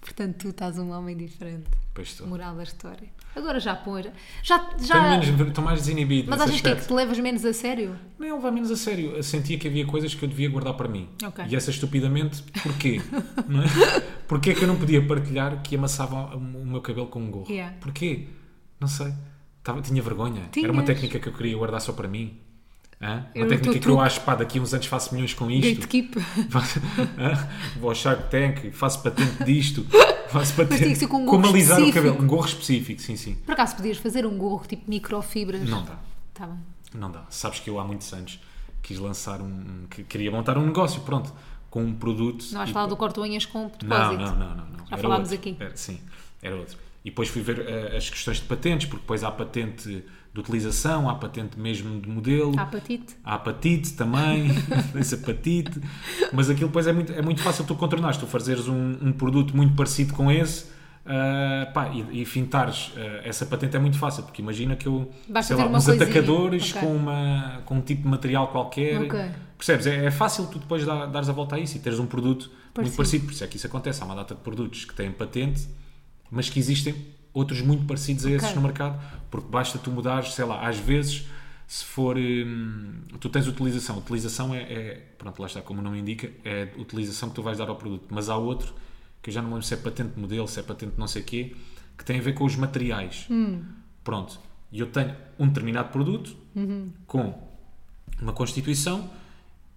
B: Portanto, tu estás um homem diferente.
A: Pois estou.
B: Moral da história. Agora já põe. Já,
A: Tenho
B: já...
A: menos- Estou mais desinibido.
B: Mas
A: nesse
B: achas que é que
A: aspecto.
B: te levas menos a sério?
A: Nem levar menos a sério. Eu sentia que havia coisas que eu devia guardar para mim.
B: Ok.
A: E essa estupidamente, porquê? não é? Porquê que eu não podia partilhar que amassava o meu cabelo com um gorro?
B: Yeah.
A: Porquê? Não sei. Tava, tinha vergonha. Era uma
B: Tinhas.
A: técnica que eu queria guardar só para mim. Hã? Uma
B: Era o
A: técnica
B: teu
A: que eu
B: truque.
A: acho, pá, daqui a uns anos faço milhões com isto.
B: Gatekeep.
A: Hã? Vou ao Shark Tank, faço patente disto. Faço patente.
B: tinha que ser com um
A: Como
B: gorro
A: alisar o
B: específico.
A: cabelo. Um gorro específico, sim, sim.
B: Por acaso podias fazer um gorro tipo microfibras?
A: Não dá.
B: Tá bem.
A: Não dá. Sabes que eu há muitos anos quis lançar um. que- queria montar um negócio, pronto, com um produto.
B: Não vais
A: e-
B: falar do corto-unhas com um propósito.
A: não, não, não, não, não.
B: Já falámos
A: outro.
B: aqui.
A: Era- sim, era outro. E depois fui ver eh, as questões de patentes, porque depois há patente de utilização, há patente mesmo de modelo.
B: Há apatite.
A: Há apatite também, tens apatite, mas aquilo depois é muito, é muito fácil tu contornares, tu fazeres um, um produto muito parecido com esse ah, pá, e, e fintares ah, essa patente é muito fácil, porque imagina que eu
B: Basta
A: sei
B: ter
A: lá,
B: uma
A: uns
B: coisinha.
A: atacadores
B: Ok.
A: com, uma, com um tipo de material qualquer,
B: Ok.
A: percebes? É, é fácil tu depois dar, dares a volta a isso e teres um produto muito
B: Parecido.
A: parecido, por isso é que isso acontece, há uma data de produtos que têm patente, mas que existem outros muito parecidos a esses
B: Ok.
A: no mercado, porque basta tu mudares, sei lá, às vezes, se for. hum, tu tens utilização. Utilização é, é- Pronto, lá está, como o nome indica, é a utilização que tu vais dar ao produto. Mas há outro, que eu já não me lembro se é patente de modelo, se é patente de não sei quê, que tem a ver com os materiais. Pronto. E eu tenho um determinado produto com uma constituição.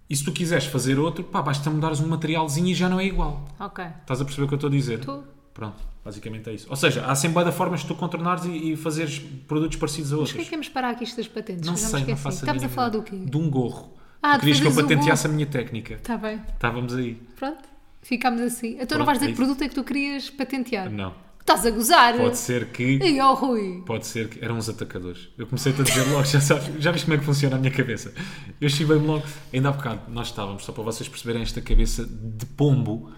A: E se tu quiseres fazer outro, pá, basta mudares um materialzinho e já não é igual.
B: Ok.
A: Estás a perceber o que eu estou a dizer?
B: Estou.
A: Pronto, basicamente é isso. Ou seja, há sempre bué de formas de tu contornares e, e fazeres produtos parecidos a
B: Mas porquê
A: outros.
B: que vamos parar aqui estas patentes?
A: Não
B: Eu já me
A: sei, não
B: esqueci.
A: faço
B: Estamos a
A: mínima
B: falar do
A: ideia.
B: quê?
A: De um gorro.
B: Ah,
A: tu querias que eu
B: de fazeres o
A: patenteasse a minha técnica.
B: Está bem.
A: Estávamos aí.
B: Pronto. Ficámos assim. Então não
A: Pronto, é
B: vais dizer que
A: isso.
B: produto é que tu querias patentear?
A: Não.
B: Estás a gozar?
A: Pode ser que.
B: E ó, Rui.
A: Pode ser que. Eram uns atacadores. Eu comecei a dizer logo, já sabes, já viste como é que funciona a minha cabeça. Eu chivei-me logo. Ainda há bocado, nós estávamos, só para vocês perceberem esta cabeça de pombo,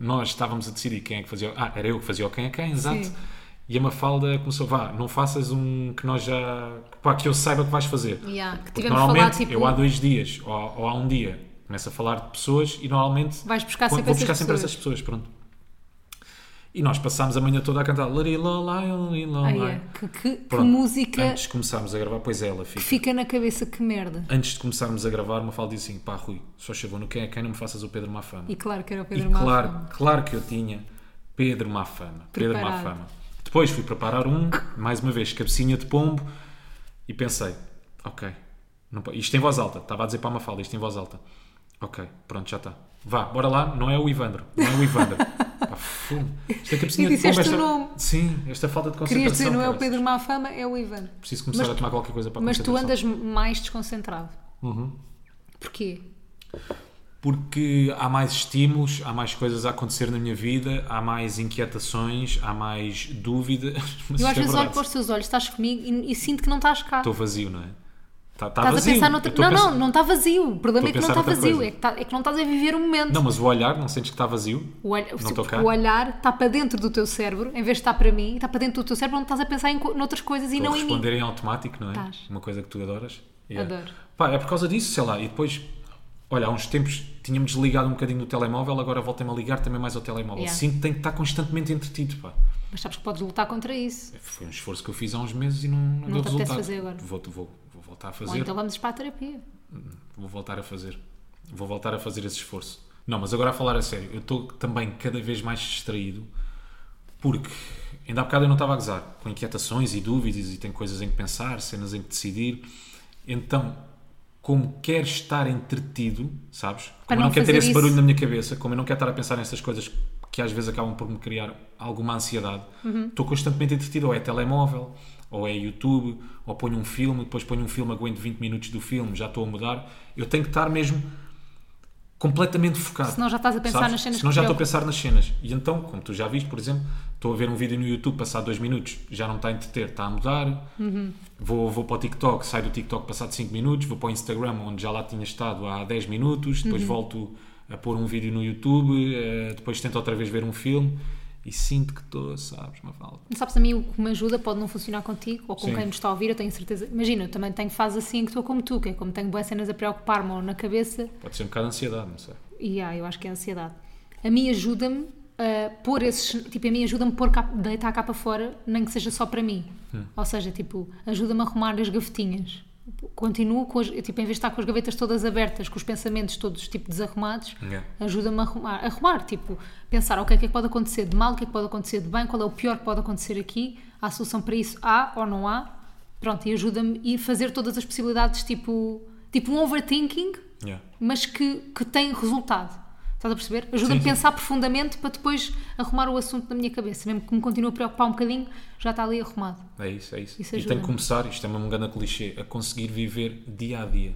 A: nós estávamos a decidir quem é que fazia. Ah, era eu que fazia o quem é quem, exato.
B: Sim.
A: E a Mafalda começou, vá, não faças um que nós já. Pá, que eu saiba que vais fazer.
B: Yeah, que
A: Porque
B: tivemos
A: normalmente
B: falado tipo.
A: eu há dois dias ou, ou há um dia começo a falar de pessoas e normalmente
B: Vais buscar
A: vou,
B: sempre
A: vou
B: essas
A: buscar sempre
B: pessoas.
A: essas pessoas, pronto. E nós passámos a manhã toda a cantar Larilo, Lion, Lilo,
B: Ah,
A: Lion.
B: yeah. Que, que- que
A: é? Pronto,
B: música
A: Antes de começarmos a gravar, pois é, ela fica.
B: fica na cabeça, que merda.
A: Antes de começarmos a gravar, uma fala disse assim: pá, Rui, só chavou, não quer, quem não me faças o Pedro Mafama.
B: E claro que era o
A: E
B: Pedro Mafra.
A: claro, claro que eu tinha Pedro Mafama. Pedro
B: Preparado.
A: Mafama. Depois fui preparar um, mais uma vez, cabecinha de pombo, e pensei, ok, não po- isto em voz alta, estava a dizer para a Mafalda, isto em voz alta. Ok, pronto, já está. Vá, bora lá, não é o Ivandro, não é o Ivandro. Pá, fumo. Isto é cabecinha
B: E
A: de pombo.
B: disseste
A: Esta,
B: o nome.
A: Sim, esta falta de concentração.
B: Querias dizer, não é o
A: caraças.
B: Pedro Mafama, é o Ivan.
A: Preciso começar
B: Mas
A: a tomar qualquer coisa para a
B: Mas tu
A: concentração.
B: andas mais desconcentrado.
A: Uhum.
B: Porquê?
A: porque há mais estímulos, há mais coisas a acontecer na minha vida, há mais inquietações, há mais dúvidas. Mas isto
B: Eu às
A: é
B: vezes olho
A: verdade.
B: para os teus olhos, estás comigo e, e sinto que não estás cá.
A: Estou vazio, não é? Está tá
B: estás
A: vazio.
B: a pensar
A: Eu
B: noutra...
A: estou
B: Não,
A: a pensar-
B: não, não está vazio. O problema é que
A: Estou a
B: não
A: pensar
B: está
A: noutra
B: vazio.
A: coisa.
B: É que, tá- é que não estás a viver o momento.
A: Não, mas o olhar, não sentes que está vazio?
B: O, olha-
A: Não estou cá.
B: o olhar está para dentro do teu cérebro, em vez de estar para mim, está para dentro do teu cérebro onde estás a pensar em co- noutras coisas e
A: Estou
B: não
A: a
B: em mim.
A: responder em automático, não é?
B: Estás.
A: Uma coisa que tu adoras.
B: Adoro.
A: Pá, é por causa disso, sei lá. E depois, olha, há uns tempos tinha-me desligado um bocadinho do telemóvel, agora voltei-me a ligar também mais ao telemóvel.
B: Yeah.
A: Sinto que tenho que estar constantemente entretido, pá.
B: Mas sabes que podes lutar contra isso.
A: Foi um esforço que eu fiz há uns meses e não, não, deu
B: te apetece
A: resultado.
B: fazer agora.
A: Vou, vou, vou voltar a
B: Ou
A: fazer.
B: então vamos para a terapia.
A: Vou voltar a fazer. Vou voltar a fazer esse esforço. Não, mas agora a falar a sério, eu estou também cada vez mais distraído porque ainda há bocado eu não estava a gozar com inquietações e dúvidas e tem coisas em que pensar, cenas em que decidir. Então, como quero estar entretido, sabes?
B: Para
A: Como eu
B: não
A: não quero ter
B: fazer
A: esse
B: isso.
A: barulho na minha cabeça, como eu não quero estar a pensar nessas coisas que às vezes acabam por me criar alguma ansiedade,
B: Uhum.
A: estou constantemente entretido, ou é telemóvel, ou é YouTube, ou ponho um filme, depois ponho um filme, aguento 20 minutos do filme, já estou a mudar. Eu tenho que estar mesmo completamente focado.
B: Senão já estás a pensar
A: sabes?
B: nas cenas
A: Senão
B: que
A: já
B: te
A: estou a pensar nas cenas. E então, como tu já viste, por exemplo, estou a ver um vídeo no YouTube passado dois minutos, já não me está a entreter, está a mudar. Vou, vou para o TikTok, saio do TikTok passado 5 minutos, vou para o Instagram, onde já lá tinha estado há 10 minutos, depois
B: Uhum.
A: volto a pôr um vídeo no YouTube, eh, depois tento outra vez ver um filme e sinto que estou, sabes, uma falta.
B: Não sabes a mim o que me ajuda pode não funcionar contigo ou com
A: Sim.
B: quem nos está a ouvir, eu tenho certeza. Imagina, eu também tenho fases assim que estou como tu, que é como tenho boas cenas a preocupar-me ou na cabeça
A: Pode ser um bocado de ansiedade, não sei.
B: e ah, eu acho que é ansiedade. A mim ajuda-me a pôr esses. Tipo, a mim ajuda-me a pôr cá- deitar cá para fora, nem que seja só para mim. Ou seja, tipo, ajuda-me a arrumar as gavetinhas. Continuo com as, tipo, em vez de estar com as gavetas todas abertas, com os pensamentos todos tipo desarrumados,
A: Yeah.
B: ajuda-me a arrumar, arrumar, tipo, pensar, ok, o que é que pode acontecer de mal, o que é que pode acontecer de bem, qual é o pior que pode acontecer aqui, há solução para isso, há ou não há, pronto, e ajuda-me e fazer todas as possibilidades, tipo, tipo um overthinking,
A: Yeah.
B: mas que, que tem resultado. Estás a perceber? Ajuda-me a
A: Sim, sim.
B: pensar profundamente para depois arrumar o assunto na minha cabeça. Mesmo que me continue a preocupar um bocadinho, já está ali arrumado.
A: É isso, é isso.
B: Isso
A: e
B: ajuda.
A: tenho que começar, isto é uma grande clichê, a conseguir viver dia a dia.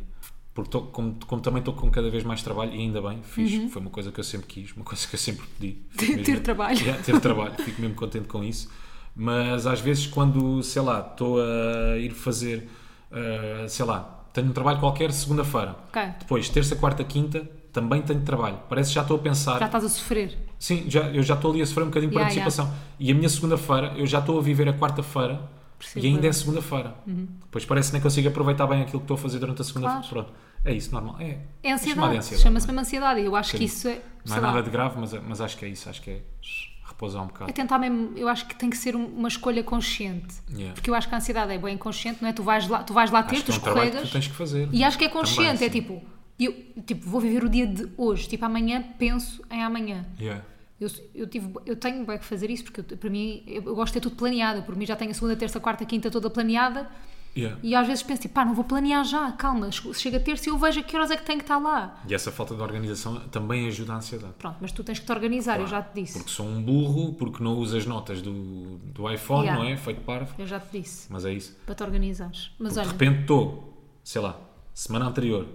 A: Porque tô- como, como também estou com cada vez mais trabalho, e ainda bem, fiz, foi uma coisa que eu sempre quis, uma coisa que eu sempre pedi. Fico
B: Uhum. Ter trabalho.
A: Yeah, ter trabalho, fico mesmo contente com isso. Mas às vezes quando, sei lá, estou a ir fazer, ah, sei lá, tenho um trabalho qualquer segunda-feira.
B: Ok.
A: Depois, terça, quarta, quinta, também tenho trabalho. Parece que já estou a pensar,
B: Já estás a sofrer.
A: Sim, já, eu já estou ali a sofrer um bocadinho por
B: Yeah,
A: antecipação. E a minha segunda-feira, eu já estou a viver a quarta-feira
B: Percebo
A: e ainda
B: bem.
A: é segunda-feira. Pois parece que nem consigo aproveitar bem aquilo que estou a fazer durante a segunda-feira.
B: Claro.
A: Pronto. É isso, normal. É,
B: É
A: chamada
B: ansiedade.
A: de
B: Chama-se
A: não é?
B: mesmo ansiedade. E eu acho que
A: Sim.
B: isso é.
A: Não
B: sei
A: é
B: lá,
A: nada de grave, mas, mas acho que é isso. Acho que é repousar um bocado.
B: É tentar mesmo. Eu acho que tem que ser um- uma escolha consciente.
A: Yeah.
B: Porque eu acho que a ansiedade é bem consciente, não é? Tu vais lá, tu vais lá ter,
A: acho que é
B: tu
A: um trabalho que
B: escorregas.
A: tu tens que fazer.
B: E acho que é consciente.
A: Também,
B: é
A: sim.
B: tipo, eu tipo, vou viver o dia de hoje. Tipo, amanhã penso em amanhã.
A: Yeah.
B: Eu, eu, tive, eu tenho bem que fazer isso porque eu- para mim eu, eu gosto de ter tudo planeado. Eu, Por mim já tenho a segunda, terça, quarta, quinta toda planeada
A: Yeah.
B: e às vezes penso tipo, pá, não vou planear já, calma, che- chega terça e eu vejo a que horas é que tenho que estar lá.
A: E essa falta de organização também ajuda a ansiedade.
B: Pronto, mas tu tens que te organizar, eu já te disse.
A: Porque sou um burro, porque não uso as notas do, do iPhone,
B: Yeah.
A: não é? Feito parvo.
B: Eu já te disse,
A: Mas é isso.
B: para te organizares. Mas
A: De
B: olha,
A: repente estou, sei lá, semana anterior,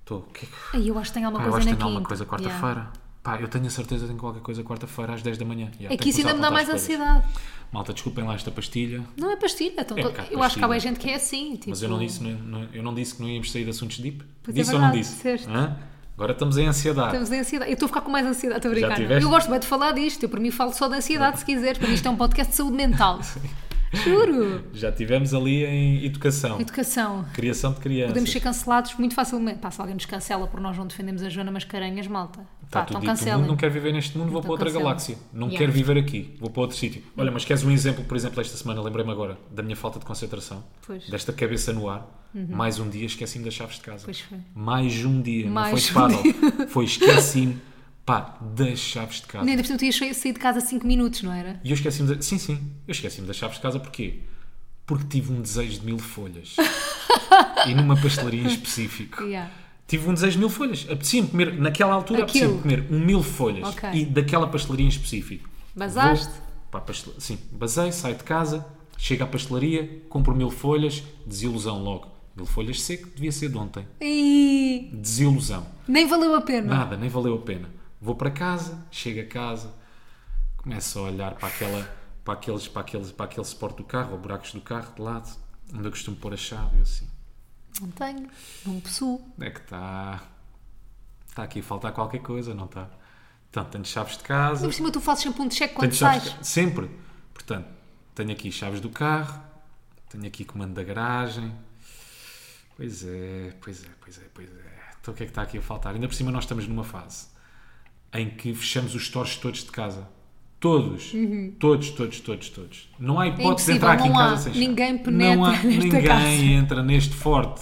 A: estou, o que é que
B: aí eu acho que tenho alguma
A: Pá, eu
B: coisa
A: acho que
B: na
A: tenho alguma
B: quinta.
A: coisa
B: Yeah.
A: quarta-feira. Pá, eu tenho a certeza que tenho qualquer coisa quarta-feira às 10 da manhã. Yeah,
B: É
A: tenho
B: que isso
A: começar
B: ainda
A: a
B: me dá
A: apontar
B: mais
A: as coisas.
B: ansiedade.
A: Malta, desculpem lá esta pastilha,
B: Não é pastilha, então,
A: É
B: to-
A: um bocado
B: eu acho que
A: pastilha.
B: há bem gente que é assim. Tipo,
A: mas eu não, disse, não, não- eu não disse que não íamos sair de assuntos deep.
B: Pois é
A: disse ou não
B: verdade,
A: disse?
B: disseste.
A: Hã? Agora estamos em ansiedade.
B: Estamos em ansiedade. Eu estou a ficar com mais ansiedade, estou a brincar. não. é?
A: tiveste?
B: Eu gosto bem de falar disto. Eu, por mim, falo só de ansiedade se quiseres. Para mim, isto é um podcast de saúde mental. Juro.
A: Já tivemos ali em educação,
B: Educação.
A: criação de crianças.
B: Podemos ser cancelados muito facilmente. Pá, se alguém nos cancela por nós não defendemos a Joana Mascarenhas, malta.
A: Está
B: Pá,
A: Tá tudo
B: então
A: dito. O
B: cancelem.
A: mundo não quer viver neste mundo, vou
B: Então
A: para outra
B: cancela.
A: galáxia. Não
B: Yeah.
A: quero viver aqui, vou para outro sítio. Olha, mas queres um exemplo, por exemplo, esta semana, lembrei-me agora, da minha falta de concentração,
B: Pois. Uhum.
A: desta cabeça no ar. Mais um dia esqueci-me das chaves de casa.
B: Pois foi.
A: Mais um dia,
B: Mais
A: não
B: um
A: foi espada, foi esqueci-me, pá, das chaves de casa.
B: Ainda por cima, tu ias sair- sair de casa 5 minutos, não era?
A: E eu esqueci-me. De... Sim, sim, eu esqueci-me das chaves de casa porquê? Porque tive um desejo de mil folhas. e numa pastelaria em específico.
B: Yeah.
A: Tive um desejo de mil folhas. Apetecia-me comer, naquela altura,
B: Aquilo.
A: apetecia-me comer um mil folhas.
B: Ok.
A: E daquela pastelaria em específico.
B: Basaste?
A: Vou para a pastel- Sim, basei, saio de casa, chego à pastelaria, compro mil folhas, desilusão logo. Mil folhas seco, devia ser de ontem.
B: E
A: Desilusão.
B: nem valeu a pena.
A: Nada, nem valeu a pena. Vou para casa, chego a casa, começo a olhar para, aquela, para, aqueles, para, aqueles, para aquele suporte do carro, ou buracos do carro de lado, onde eu costumo pôr a chave, eu assim,
B: Não tenho, não possuo.
A: onde é que está? Está aqui a faltar qualquer coisa, não está? Portanto, tenho chaves de casa,
B: Ainda por cima, tu fazes sempre um check quando
A: tenho chaves
B: sais.
A: de ca- sempre. Portanto, tenho aqui chaves do carro, tenho aqui comando da garagem. Pois é, pois é, pois é, pois é. Então o que é que está aqui a faltar? Ainda por cima nós estamos numa fase em que fechamos os stores todos de casa. Todos, todos, todos, todos, todos. Não há hipótese de
B: Uhum. É impossível,
A: entrar aqui em
B: não há.
A: casa sem chave.
B: Ninguém
A: não há,
B: penetra nesta
A: ninguém
B: casa.
A: entra neste forte.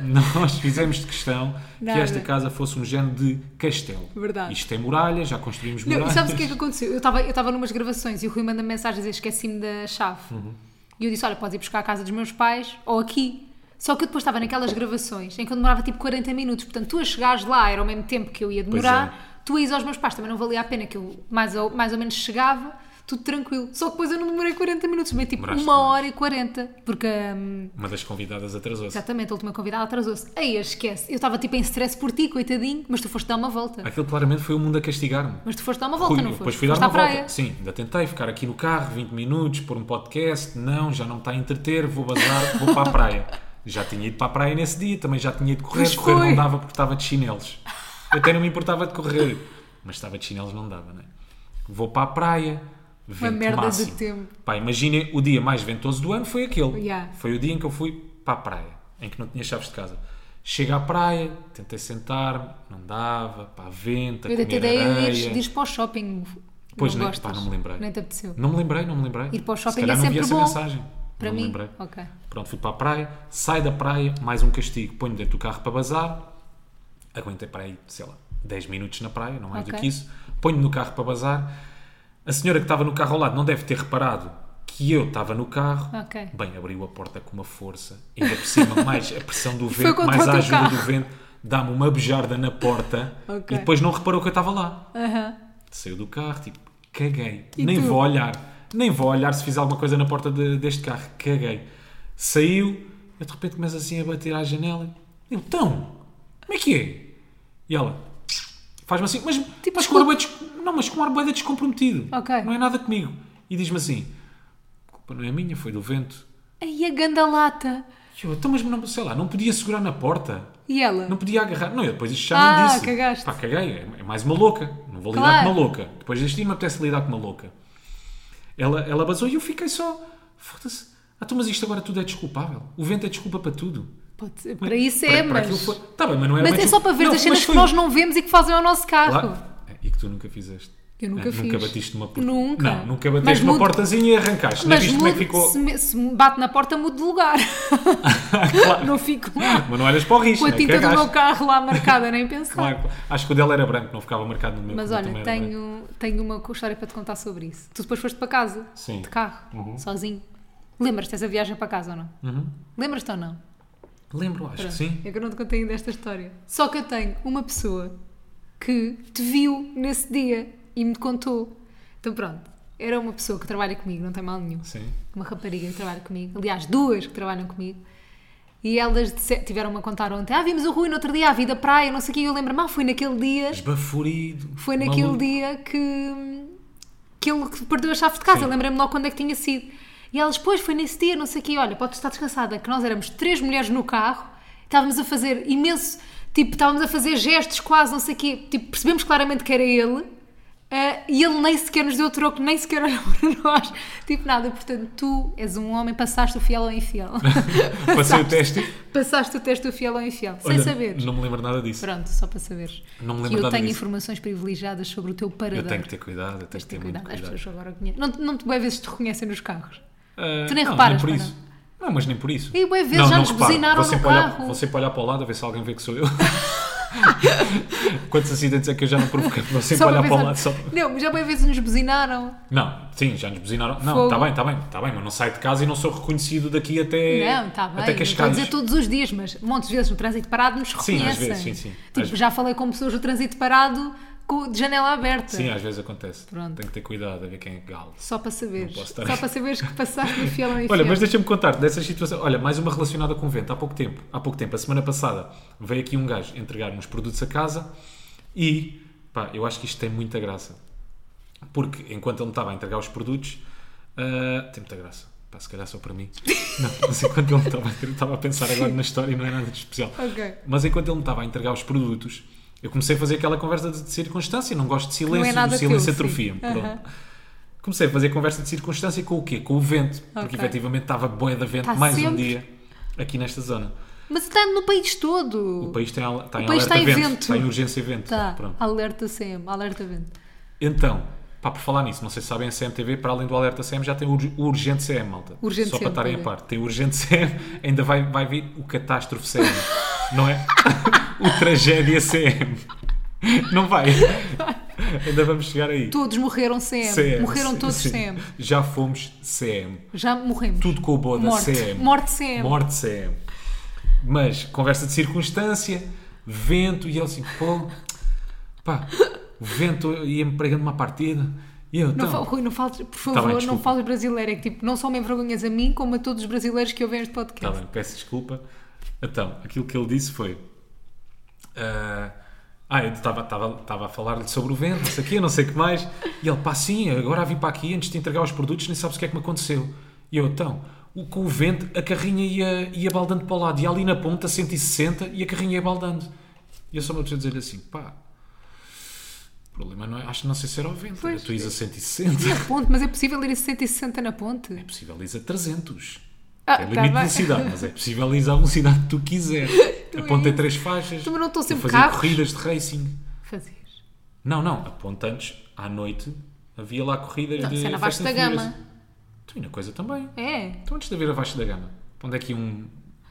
A: nós fizemos de questão que
B: Nada.
A: esta casa fosse um género de castelo.
B: Verdade.
A: Isto tem muralha, já construímos
B: Não,
A: muralhas.
B: e sabes o que é que aconteceu? Eu estava eu estava numas gravações e o Rui manda-me mensagem a dizer esqueci-me da chave.
A: Uhum.
B: E eu disse: Olha, podes ir buscar a casa dos meus pais ou aqui. Só que eu depois estava naquelas gravações em que eu demorava tipo 40 minutos. Portanto, tu a chegares lá era ao mesmo tempo que eu ia
A: é.
B: demorar. Tu ias aos meus pais também não valia a pena, que eu mais ou, mais ou menos chegava, tudo tranquilo. Só que depois eu não demorei 40 minutos, demorei tipo
A: Demoraste
B: uma
A: mais.
B: hora e 40. Porque. hum,
A: Uma das convidadas atrasou-se.
B: Exatamente, a última convidada atrasou-se. Aí esquece. Eu estava tipo em stress por ti, coitadinho, mas tu foste dar uma volta.
A: Aquilo claramente foi o mundo a castigar-me.
B: Mas tu foste dar uma volta,
A: Fui,
B: não
A: eu
B: foste?
A: depois fui dar
B: foste
A: uma
B: à
A: volta.
B: praia.
A: Sim, ainda tentei ficar aqui no carro 20 minutos, pôr um podcast. Não, já não me está a entreter, vou bazar, vou para a praia. Já tinha ido para a praia nesse dia, também já tinha ido correr.
B: Pois
A: correr
B: foi.
A: não dava porque estava de chinelos. Eu até não me importava de correr, mas estava de chinelos não dava, não é? Vou para a praia, vento
B: merda de
A: máximo.
B: tempo.
A: Pá, imaginem, o dia mais ventoso do ano foi aquele.
B: Yeah.
A: Foi o dia em que eu fui para a praia, em que não tinha chaves de casa. Chego à praia, tentei sentar-me, não dava, pá, vento, a
B: Eu até
A: comer
B: dei a
A: areia.
B: ir, diz para o shopping.
A: Pois,
B: não
A: nem-
B: gostas.
A: pá, não me lembrei.
B: Nem te apeteceu.
A: Não me lembrei, não me lembrei.
B: Ir para o shopping
A: Se calhar
B: é
A: não vi
B: sempre
A: essa
B: bom.
A: mensagem.
B: Para
A: não
B: mim,
A: me lembrei.
B: ok.
A: Pronto, fui para a praia, saio da praia, mais um castigo, ponho dentro do carro para bazar. Aguentei para aí, sei lá, 10 minutos na praia, não mais do
B: Ok.
A: que isso. Ponho no carro para bazar. A senhora que estava no carro ao lado não deve ter reparado que eu estava no carro.
B: Ok.
A: Bem, abriu a porta com uma força, ainda por cima, mais a pressão do
B: Foi
A: vento,
B: contra
A: mais
B: o
A: a
B: teu
A: ajuda
B: carro.
A: do vento, dá-me uma bejarda na porta
B: Ok.
A: e depois não reparou que eu estava lá.
B: Aham.
A: Saiu do carro, tipo, caguei.
B: E
A: Nem
B: tu?
A: vou olhar. Nem vou olhar se fiz alguma coisa na porta de- deste carro. Caguei. Saiu, eu de repente começo assim a bater à janela. Eu, então, como é que é? E ela faz-me assim, mas,
B: Tipo,
A: mas com ar bué des- não, mas com ar boeda descomprometido.
B: Ok.
A: Não é nada comigo. E diz-me assim: a culpa não é minha, foi do vento.
B: Aí a ganda lata.
A: E eu, então, mas não, sei lá, não podia segurar na porta.
B: E ela?
A: Não podia agarrar. Não, eu depois isto já
B: Ah,
A: me disse.
B: cagaste.
A: Pá, caguei. É é mais uma louca. Não vou lidar
B: Claro.
A: com uma louca. Depois deste dia me apetece lidar com uma louca. Ela, ela basou e eu fiquei só... Foda-se. Ah, então, mas isto agora tudo é desculpável. O vento é desculpa para tudo.
B: Pode ser. Para isso é, mas.
A: Tá bem, mas não era
B: Mas
A: bem
B: é só
A: desculpa.
B: para ver
A: Não,
B: as
A: mas
B: cenas que
A: foi-
B: nós não vemos e que fazem ao nosso carro.
A: Claro. É, E que tu nunca fizeste.
B: Eu nunca
A: É, Nunca
B: fiz.
A: batiste numa porta.
B: Nunca.
A: Não, nunca
B: Mas
A: bateste uma
B: mudo-
A: portazinha e arrancaste. Nem
B: Mas
A: viste como é
B: mudo,
A: que ficou. Ah,
B: se, me, se me bate na porta, mudo de lugar.
A: Claro.
B: Não fico lá.
A: Mas não olhas para o risco,
B: Com a
A: né?
B: tinta do
A: Cagaste.
B: meu carro lá marcada, nem pensar.
A: Claro. Acho que o dela era branco, não ficava marcado no meu.
B: Mas
A: o meu
B: olha,
A: também era branco.
B: tenho, tenho uma co- história para te contar sobre isso. Tu depois foste para casa,
A: Sim. Uhum.
B: de carro, sozinho. Lembras-te dessa viagem para casa ou não? Lembras-te ou não?
A: Lembro, acho que
B: Pronto,
A: sim.
B: É que eu não te contei ainda esta história. Só que eu tenho uma pessoa que te viu nesse dia e me contou. Então pronto, era uma pessoa que trabalha comigo, não tem mal nenhum
A: Sim.
B: uma rapariga que trabalha comigo, aliás, duas que trabalham comigo, e elas disse- tiveram-me a contar ontem: Ah, vimos o Rui no outro dia, a vida praia, não sei o que, eu lembro-me, ah, foi naquele dia,
A: Esbaforido.
B: foi naquele
A: maluco.
B: dia que, que ele perdeu a chave de casa,
A: Sim.
B: lembrei-me logo quando é que tinha sido. E elas, pois, foi nesse dia, não sei o que, olha, podes estar descansada, que nós éramos três mulheres no carro, estávamos a fazer imenso. Tipo, estávamos a fazer gestos quase, não sei o quê. Tipo, percebemos claramente que era ele. ah, e ele nem sequer nos deu troco, nem sequer olhou para nós. Tipo, nada. Portanto, tu és um homem, passaste o fiel ao infiel.
A: Passei o teste.
B: passaste o teste do fiel ao infiel, sem
A: Olha,
B: saber.
A: Não me lembro nada disso.
B: Pronto, só para saberes.
A: Não me
B: que
A: lembro
B: eu
A: nada
B: tenho
A: disso.
B: informações privilegiadas sobre o teu
A: Eu
B: paradão.
A: tenho que ter cuidado, eu tenho que ter muito
B: As
A: cuidado.
B: pessoas agora conhecem. Não, não te boas vezes te reconhecem nos carros.
A: Ah,
B: Tu nem
A: não,
B: reparas,
A: por
B: pois
A: isso. Não, mas nem por isso.
B: E bué vezes já nos
A: reparo.
B: buzinaram
A: Vou
B: no
A: sempre olhar-
B: carro.
A: Vou sempre olhar para o lado a ver se alguém vê que sou eu. Quantos acidentes é que eu já não provoquei? Vou sempre olhar para o lado só.
B: Não, mas já boas vezes nos buzinaram.
A: Não, sim, já nos buzinaram.
B: Fogo.
A: Não, está bem, está bem, está bem, mas não saio de casa e não sou reconhecido daqui até.
B: Não, está bem.
A: É, Até
B: não Estou a
A: Cascais.
B: dizer todos os dias, mas montes de vezes no trânsito parado nos reconhecem.
A: Sim, às vezes, sim, sim.
B: Tipo,
A: Às-
B: já falei com pessoas no trânsito parado com- de janela aberta.
A: Sim, é. às vezes acontece.
B: Pronto.
A: Tenho que ter cuidado a ver quem é galo.
B: Só para saberes.
A: Não posso
B: Só
A: estar-
B: para saberes que passaste no fiel ao infiel.
A: Olha, mas deixa-me contar dessas situações. Olha, mais uma relacionada com o vento. Há pouco tempo, há pouco tempo, a semana passada, veio aqui um gajo entregar uns produtos a casa e, pá, eu acho que isto tem muita graça. Porque enquanto ele me estava a entregar os produtos, ah, tem muita graça. Pá, se calhar só para mim. Não, mas enquanto ele me estava, eu estava a pensar agora na história e não é nada de especial.
B: Ok.
A: Mas enquanto ele me estava a entregar os produtos, eu comecei a fazer aquela conversa de circunstância. Não gosto de
B: é
A: silêncio,
B: nada
A: o silêncio
B: teu, sim.
A: atrofia-me. Pronto.
B: Aham.
A: Comecei a fazer conversa de circunstância com o quê? Com o vento. Porque
B: Ok.
A: efetivamente estava boia da vento
B: Tá
A: mais um
B: sempre.
A: dia aqui nesta zona.
B: Mas está no país todo.
A: O país tem, al- está em
B: país
A: alerta
B: está em
A: vento,
B: vento.
A: Está em urgência vento.
B: Tá.
A: Pronto.
B: Alerta CM, alerta vento.
A: Então, pá, por falar nisso, não sei se sabem, a CMTV, para além do alerta CM, já tem o ur- o urgente CM, malta.
B: Urgente
A: Só
B: CM,
A: para estarem a
B: olha.
A: par. Tem o urgente CM, ainda vai, vai vir o catástrofe CM. não é? o tragédia CM. Não vai. Ainda vamos chegar aí.
B: Todos morreram CM.
A: CM,
B: morreram
A: sim,
B: todos
A: sim.
B: CM.
A: Já fomos CM.
B: Já morremos.
A: Tudo com o boa da
B: Morte.
A: CM.
B: Morte CM.
A: Morte CM. Mas conversa de circunstância, vento, e ele assim, pô, pá, o vento ia-me pregando uma partida. E eu,
B: Não,
A: então,
B: fa- Rui, não fales, por favor,
A: bem,
B: não
A: desculpa.
B: fales brasileiro. É que tipo, não só me envergonhas a mim, como a todos os brasileiros que ouvem este
A: Tá
B: podcast.
A: bem, peço desculpa. Então, aquilo que ele disse foi. ah, ah, eu estava- estava estava a falar-lhe sobre o vento, não sei o quê, não sei o que mais. E ele, pá, sim, agora vim para aqui antes de entregar os produtos, nem sabes o que é que me aconteceu. E eu, então, o, com o vento, a carrinha ia, ia baldando para o lado, e ali na ponta, 160, e a carrinha ia baldando. E eu só me apeteceu dizer-lhe assim, pá. O problema não é, acho que não sei se era o vento,
B: Pois.
A: tu ires a 160, é
B: Na ponte, mas é possível ir a 160 na ponte?
A: possível ires a 300.
B: Ah,
A: É
B: tá
A: limite de
B: bem.
A: velocidade, mas é possível ir à velocidade que tu quiseres.
B: Tu
A: a ponta é
B: és.
A: três faixas.
B: Tu não estão sempre
A: fazer
B: carros?
A: corridas de racing.
B: Fazias.
A: Não, não. A ponta antes, à noite, havia lá corridas
B: Não,
A: de.
B: isso é na
A: Fast and
B: Vasco da
A: Furious.
B: Gama.
A: Tu e na coisa também.
B: É.
A: Então antes de haver abaixo da gama, para onde é que iam,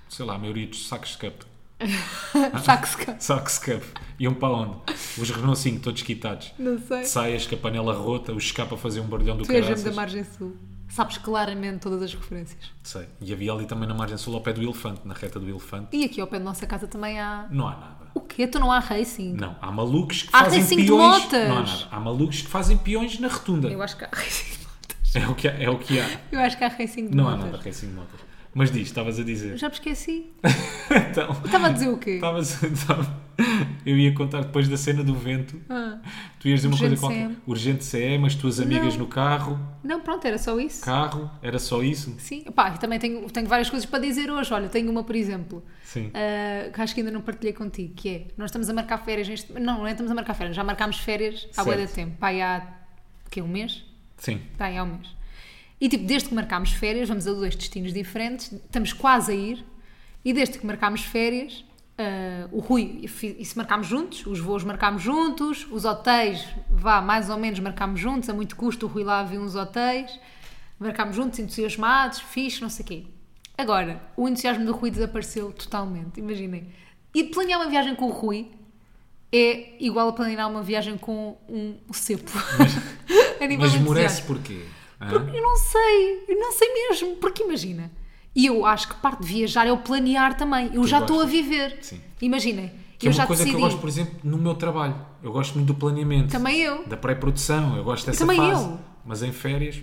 A: sei lá, a maioria dos sacos de cup? Ah.
B: Saco-se cá.
A: Sacos de cup. Iam para onde? Os Renault 5, todos quitados.
B: Não sei.
A: De Saias com a panela rota, os escapa a fazer um barulhão do
B: Tu és gente da
A: caraças.
B: margem sul. Sabes claramente todas as referências.
A: Sei. E havia ali também na margem sul, ao pé do elefante, na reta do elefante.
B: E aqui ao pé da nossa casa também há.
A: Não há nada.
B: O quê? Tu não há racing?
A: Não, há malucos que
B: Há
A: fazem
B: racing Ah, de
A: peões.
B: motas.
A: Não há nada. Há malucos que fazem peões na rotunda.
B: Eu acho que há racing.
A: É o que há. É o que há.
B: Eu acho que há racing de
A: Não há
B: motas.
A: nada de racing de motas. Mas diz, estavas a dizer.
B: Já me esqueci.
A: então,
B: Estava a dizer o quê?
A: estavas estava- Eu ia contar depois da cena do vento.
B: Ah.
A: Tu ias dizer uma
B: Urgente
A: coisa qualquer.
B: CM.
A: Urgente CM, as tuas amigas no carro.
B: Não, pronto, era só isso.
A: Carro, era só isso?
B: Sim, pá, eu também tenho, tenho várias coisas para dizer hoje. Olha, tenho uma, por exemplo,
A: Sim.
B: ah, que acho que ainda não partilhei contigo, que é, nós estamos a marcar férias neste... Não, não é estamos a marcar férias, já marcámos férias há bué de
A: Certo.
B: tempo. Pá, aí há, o quê, um mês?
A: Sim.
B: Pá, aí há um mês. E tipo, desde que marcámos férias, vamos a dois destinos diferentes, estamos quase a ir, e desde que marcámos férias, ah, o Rui, e fi- isso marcámos juntos, os voos marcámos juntos, os hotéis, vá, mais ou menos marcámos juntos, a muito custo o Rui lá viu uns hotéis, marcámos juntos, entusiasmados, fixe, não sei o quê. Agora, o entusiasmo do Rui desapareceu totalmente, imaginem. E planear uma viagem com o Rui é igual a planear uma viagem com um cepo. A nível
A: Mas
B: de entusiasmo.
A: morece porquê? Ah? Hã?
B: Eu não sei, eu não sei mesmo, porque imagina, e eu acho que parte de viajar é o planear também. Eu já estou a viver.
A: Sim.
B: Imaginem,
A: Que
B: eu
A: é
B: já
A: uma coisa
B: decidi.
A: que eu gosto, por exemplo, no meu trabalho. Eu gosto muito do planeamento.
B: Também eu.
A: Da pré-produção. Eu gosto dessa
B: Também
A: fase.
B: eu.
A: Mas em férias...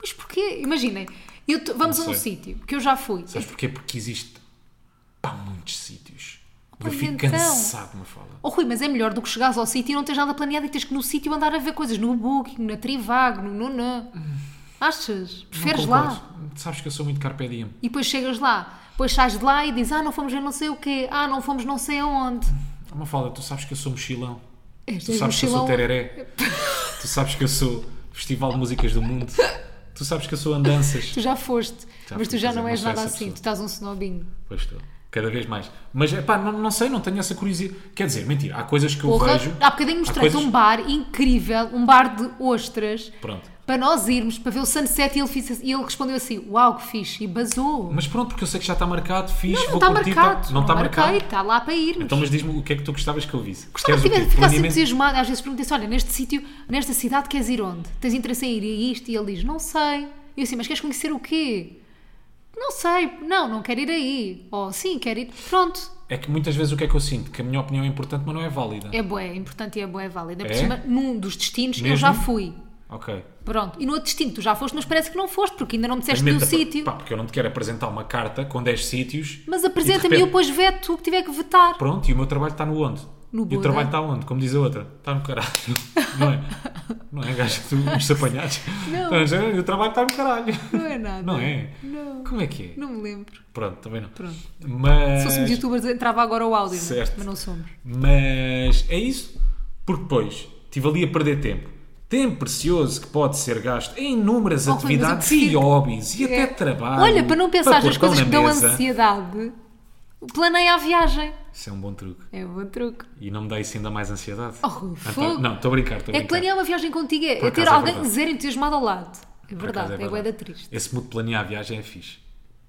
B: Mas porquê? Imaginem, eu t- vamos
A: Não
B: a um
A: sei.
B: sítio que eu já fui.
A: Sabes porquê? Porque existe pá, muitos sítios. Eu
B: Pois
A: fico
B: então.
A: cansado de me falar.
B: Oh Rui, mas é melhor do que chegares ao sítio e não tens nada planeado e tens que no sítio andar a ver coisas no Booking, na Trivago, no Nunã. Achas? Preferes lá?
A: Sabes que eu sou muito carpe diem.
B: E depois chegas lá, depois sais de lá e dizes, ah, não fomos ver não sei o quê, ah, não fomos não sei aonde.
A: É Uma fala, tu sabes que eu sou mochilão.
B: És um
A: Tu sabes que eu sou
B: mochilão.
A: tereré. tu sabes que eu sou Festival de Músicas do Mundo. Tu sabes que eu sou andanças.
B: Tu já foste,
A: Já
B: mas
A: fui,
B: tu já
A: mas eu
B: não
A: não
B: és
A: sou
B: nada
A: essa
B: assim.
A: pessoa.
B: Tu estás um snobinho.
A: Pois estou. Cada vez mais. Mas, pá, não, não sei, não tenho essa curiosidade. Quer dizer, mentira, há coisas que eu
B: Porra,
A: vejo.
B: há bocadinho
A: há
B: mostrei-te
A: coisas-
B: um bar incrível, um bar de ostras,
A: Pronto.
B: para nós irmos, para ver o sunset e ele, fez assim- e ele respondeu assim, uau, que fixe, e basou.
A: Mas pronto, porque eu sei que já está marcado, fiz,
B: não, não
A: vou
B: está
A: curtir.
B: marcado.
A: tá- Não está marcado.
B: Está lá para irmos.
A: Então, mas diz-me o que é que tu gostavas que eu visse?
B: Gostava
A: Queres
B: que
A: o quê?
B: tivesse ficasse
A: Planeamento?
B: entusiasmado. Às vezes perguntei olha, neste sítio, nesta cidade queres ir onde? Tens interesse em ir a isto? E ele diz, não sei. E eu assim, mas queres conhecer o quê? Não sei. Não, não quero ir aí. Ou sim, quero ir. Pronto.
A: É que muitas vezes o que é que eu sinto? Que a minha opinião é importante, mas não é válida.
B: É bué, é importante e é bué, é válida. Por
A: É?
B: cima, num dos destinos eu
A: Mesmo?
B: já fui.
A: Ok.
B: Pronto. E no outro destino tu já foste, mas parece que não foste, porque ainda não me
A: Mas
B: disseste nenhum
A: mesmo te-
B: sítio.
A: Pá, porque eu não te quero apresentar uma carta com 10 sítios.
B: Mas
A: e de
B: apresenta-me e eu
A: repente-
B: depois veto o que tiver que vetar.
A: Pronto, e o meu trabalho está no onde? e
B: No
A: o
B: Buda.
A: trabalho está onde? Como diz a outra, está no caralho. Não é? Não é, gajo, tu nos apanhados.
B: Não.
A: Então, já, o trabalho está no caralho.
B: Não é nada.
A: Não é?
B: Não.
A: Como é que é?
B: Não me lembro.
A: Pronto, também não.
B: Pronto.
A: Mas.
B: Se um fôssemos youtubers entrava agora o áudio, não é?
A: Certo.
B: mas não somos.
A: Mas é isso. Porque depois estive ali a perder tempo. Tempo precioso que pode ser gasto em inúmeras
B: Oh, Rui, mas eu
A: atividades e
B: prefiro-
A: hobbies e
B: É.
A: até trabalho.
B: Olha, para não pensar
A: pôr
B: nas
A: pão
B: coisas
A: na
B: que dão
A: mesa.
B: ansiedade, planeia a viagem.
A: Isso é um bom truque.
B: É um bom truque.
A: E não me dá isso ainda mais ansiedade.
B: Oh, Rui,
A: Então-
B: fogo.
A: não, estou a brincar, estou a
B: É
A: brincar.
B: que planear uma viagem contigo é,
A: Por
B: é ter
A: acaso é
B: alguém
A: verdade.
B: zero entusiasmado ao lado. É
A: Por acaso
B: verdade, é bué da triste.
A: Esse mood de planear a viagem é fixe.